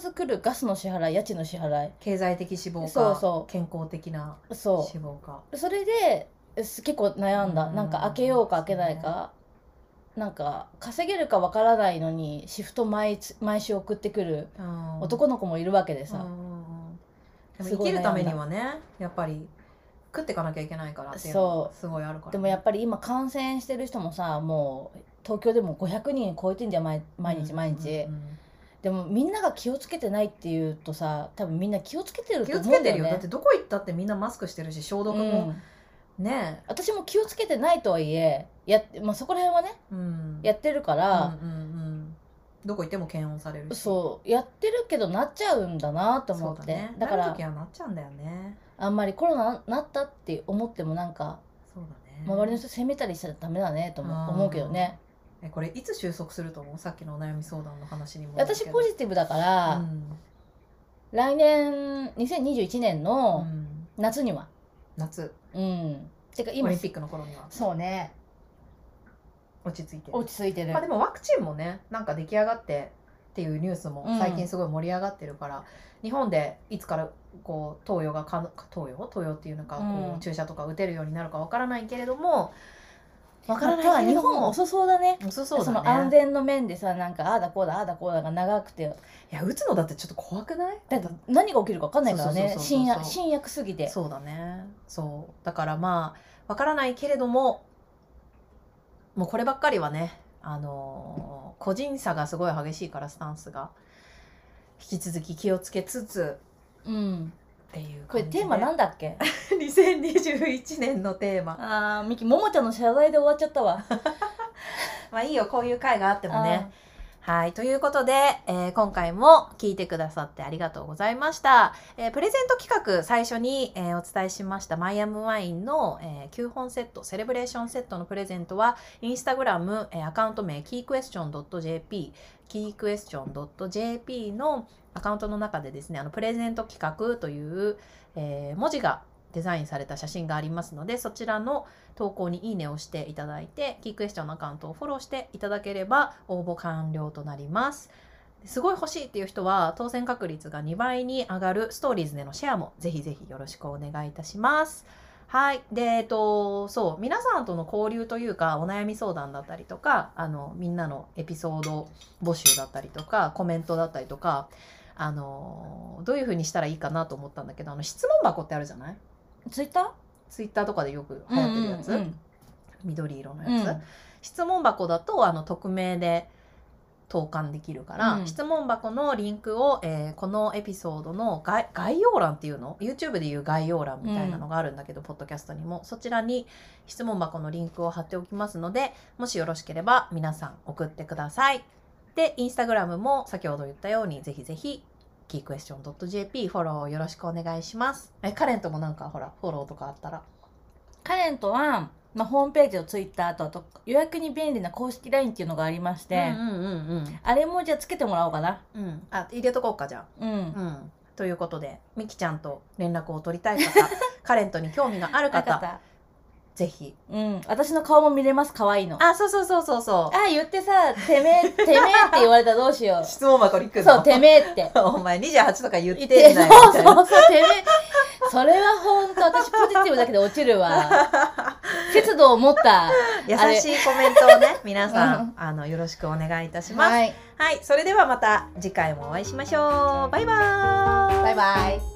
Speaker 2: ず来るガスの支払い家賃の支払い
Speaker 1: 経済的死亡か
Speaker 2: そうそう
Speaker 1: 健康的な
Speaker 2: そ
Speaker 1: 死亡か
Speaker 2: うそれです結構悩んだ
Speaker 1: うん
Speaker 2: なんか開けようか開けないかなんか稼げるかわからないのにシフト毎つ毎週送ってくる
Speaker 1: うん
Speaker 2: 男の子もいるわけでさ、
Speaker 1: うんうんうんですも生
Speaker 2: ご
Speaker 1: き
Speaker 2: い悩んだ
Speaker 1: るためにはねやっぱり食っていかなきゃいけないからっていうのが
Speaker 2: そう
Speaker 1: すごいあるからね、
Speaker 2: でもやっぱり今感染してる人もさもう東京でも500人超えてんじゃん毎毎日毎日、
Speaker 1: うんうんうん
Speaker 2: でもみんなが気をつけてないっていうとさ多分みんな気をつけてる
Speaker 1: 気
Speaker 2: と
Speaker 1: をつ
Speaker 2: 思
Speaker 1: け
Speaker 2: うん
Speaker 1: て
Speaker 2: だ
Speaker 1: る
Speaker 2: よ
Speaker 1: よだっ
Speaker 2: ね
Speaker 1: て。どこ行ったってみんなマスクしてるし消毒
Speaker 2: う
Speaker 1: も
Speaker 2: ん
Speaker 1: ね
Speaker 2: 私も気をつけてないとはいえや、まあ、そこら辺はね
Speaker 1: え、うん、
Speaker 2: やってるから、
Speaker 1: うんうんうん、どこ行っても検温されるし
Speaker 2: そうやってるけどなっちゃうんだなと
Speaker 1: そ
Speaker 2: 思
Speaker 1: う
Speaker 2: っ
Speaker 1: だ
Speaker 2: てだ,、
Speaker 1: ね
Speaker 2: か
Speaker 1: なる
Speaker 2: ら
Speaker 1: 時はなっちゃうんだよね
Speaker 2: あんまりコロナなったって思ってもなんか
Speaker 1: そうだね
Speaker 2: 周りの人責めたりしたらダメだねと思う思うけどね
Speaker 1: えこれいつ収束すると思うさっきのお悩み相談の話にもなるけ
Speaker 2: 私
Speaker 1: ど
Speaker 2: ポジティブだから、
Speaker 1: うん
Speaker 2: 来年2021年
Speaker 1: う
Speaker 2: の
Speaker 1: ん、
Speaker 2: 夏には
Speaker 1: 夏
Speaker 2: うんてか
Speaker 1: オ
Speaker 2: 今
Speaker 1: リンピックの頃には
Speaker 2: そうね
Speaker 1: 落ち着いてる
Speaker 2: 落ち着いてる、
Speaker 1: まあ、でもワクチンもねなんか出来上がってっていうニュースも
Speaker 2: うん
Speaker 1: 最近すごい盛り上がってるから、日本でいつからこう投与がかの投与投与っていうのかこ
Speaker 2: うん
Speaker 1: う注射とか打てるようになるかわからないけれどもわからな
Speaker 2: まあた
Speaker 1: い
Speaker 2: だ
Speaker 1: けれ
Speaker 2: 日
Speaker 1: ど
Speaker 2: 本は
Speaker 1: も
Speaker 2: 遅そうだね
Speaker 1: 遅
Speaker 2: そ
Speaker 1: そうだね
Speaker 2: の安全の面でさなんかああだこうだああだこうだが長くて
Speaker 1: いや打つのだってちょっと怖くない
Speaker 2: だって何が起きるか分かんないからね
Speaker 1: そうそうそうそう
Speaker 2: 新薬新薬すぎて
Speaker 1: そうだねそうだからまあわからないけれどももうこればっかりはねあのー個人差がすごい激しいからスタンスが引き続き気をつけつつ
Speaker 2: うん
Speaker 1: っていう
Speaker 2: これ
Speaker 1: 感じで
Speaker 2: テー マなんだっけ
Speaker 1: 2021年のテーマ
Speaker 2: あーミキももちゃんの謝罪で終わっちゃったわ
Speaker 1: まあいいよこういう回があってもねはいということで、えー今回も聞いてくださってありがとうございました、えープレゼント企画最初に、えーお伝えしましたマイアムワインの、えー9本セットセレブレーションセットのプレゼントはインスタグラム、えーアカウント名 keyquestion.jp keyquestion.jp のアカウントの中でですねあのプレゼント企画という、えー文字がデザインされた写真がありますのでそちらの投稿にいいねをしていただいて、キークエスチョンのアカウントをフォローしていただければ応募完了となります。すごい欲しいっていう人は当選確率が2倍に上がるストーリーズでのシェアもぜひぜひよろしくお願いいたします。はい。で、えっと、そう、皆さんとの交流というか、お悩み相談だったりとか、あの、みんなのエピソード募集だったりとか、コメントだったりとか、あの、どういうふうにしたらいいかなと思ったんだけど、あの、質問箱ってあるじゃない
Speaker 2: ツイッタ
Speaker 1: ツイッターとかでよく
Speaker 2: ー
Speaker 1: 流行ってるやつ。
Speaker 2: うんうん
Speaker 1: 緑色の
Speaker 2: うん
Speaker 1: やつ、質問箱だとあの匿名で投函できるから、
Speaker 2: うん
Speaker 1: 質問箱のリンクを、えーこのエピソードの概概要欄っていうの YouTube でいう概要欄みたいなのがあるんだけど、ポッドキャストにもそちらに質問箱のリンクを貼っておきますのでもしよろしければ皆さん送ってください。でインスタグラムも先ほど言ったようにぜひぜひ keyquestion.jp フォローをよろしくお願いします。えカレントもなんかほらフォローとかあったら
Speaker 2: カレントは、まあ、ホームページとツイッターとあと予約に便利な公式 LINE っていうのがありまして、
Speaker 1: うんうんうん
Speaker 2: あれもじゃあつけてもらおうかな
Speaker 1: うん、うん、あ入れとこうかじゃあ。
Speaker 2: うん、
Speaker 1: うん、ということでみきちゃんと連絡を取りたい 方カレントに興味がある
Speaker 2: よかっ
Speaker 1: 方
Speaker 2: た
Speaker 1: ぜひ
Speaker 2: うん私の顔も見れます可愛いのあ
Speaker 1: あそうそうそうそうそ
Speaker 2: あ言ってさてめえてめえって言われたらどうしよ
Speaker 1: う
Speaker 2: う
Speaker 1: 質問箱に来る
Speaker 2: そ
Speaker 1: の
Speaker 2: うてめえって
Speaker 1: お前28とか言っ
Speaker 2: 言ってて
Speaker 1: んな
Speaker 2: そう
Speaker 1: よみた
Speaker 2: そ
Speaker 1: いうな
Speaker 2: そうてめえそれは本当私ポジティブだけで落ちる わ節度を持ったあれ
Speaker 1: 優しいコメントを ね皆さん、
Speaker 2: うん
Speaker 1: あのよろしくお願いいたしますはい、
Speaker 2: い
Speaker 1: それではまた次回もお会いしましょうバイバーイ
Speaker 2: バイバイ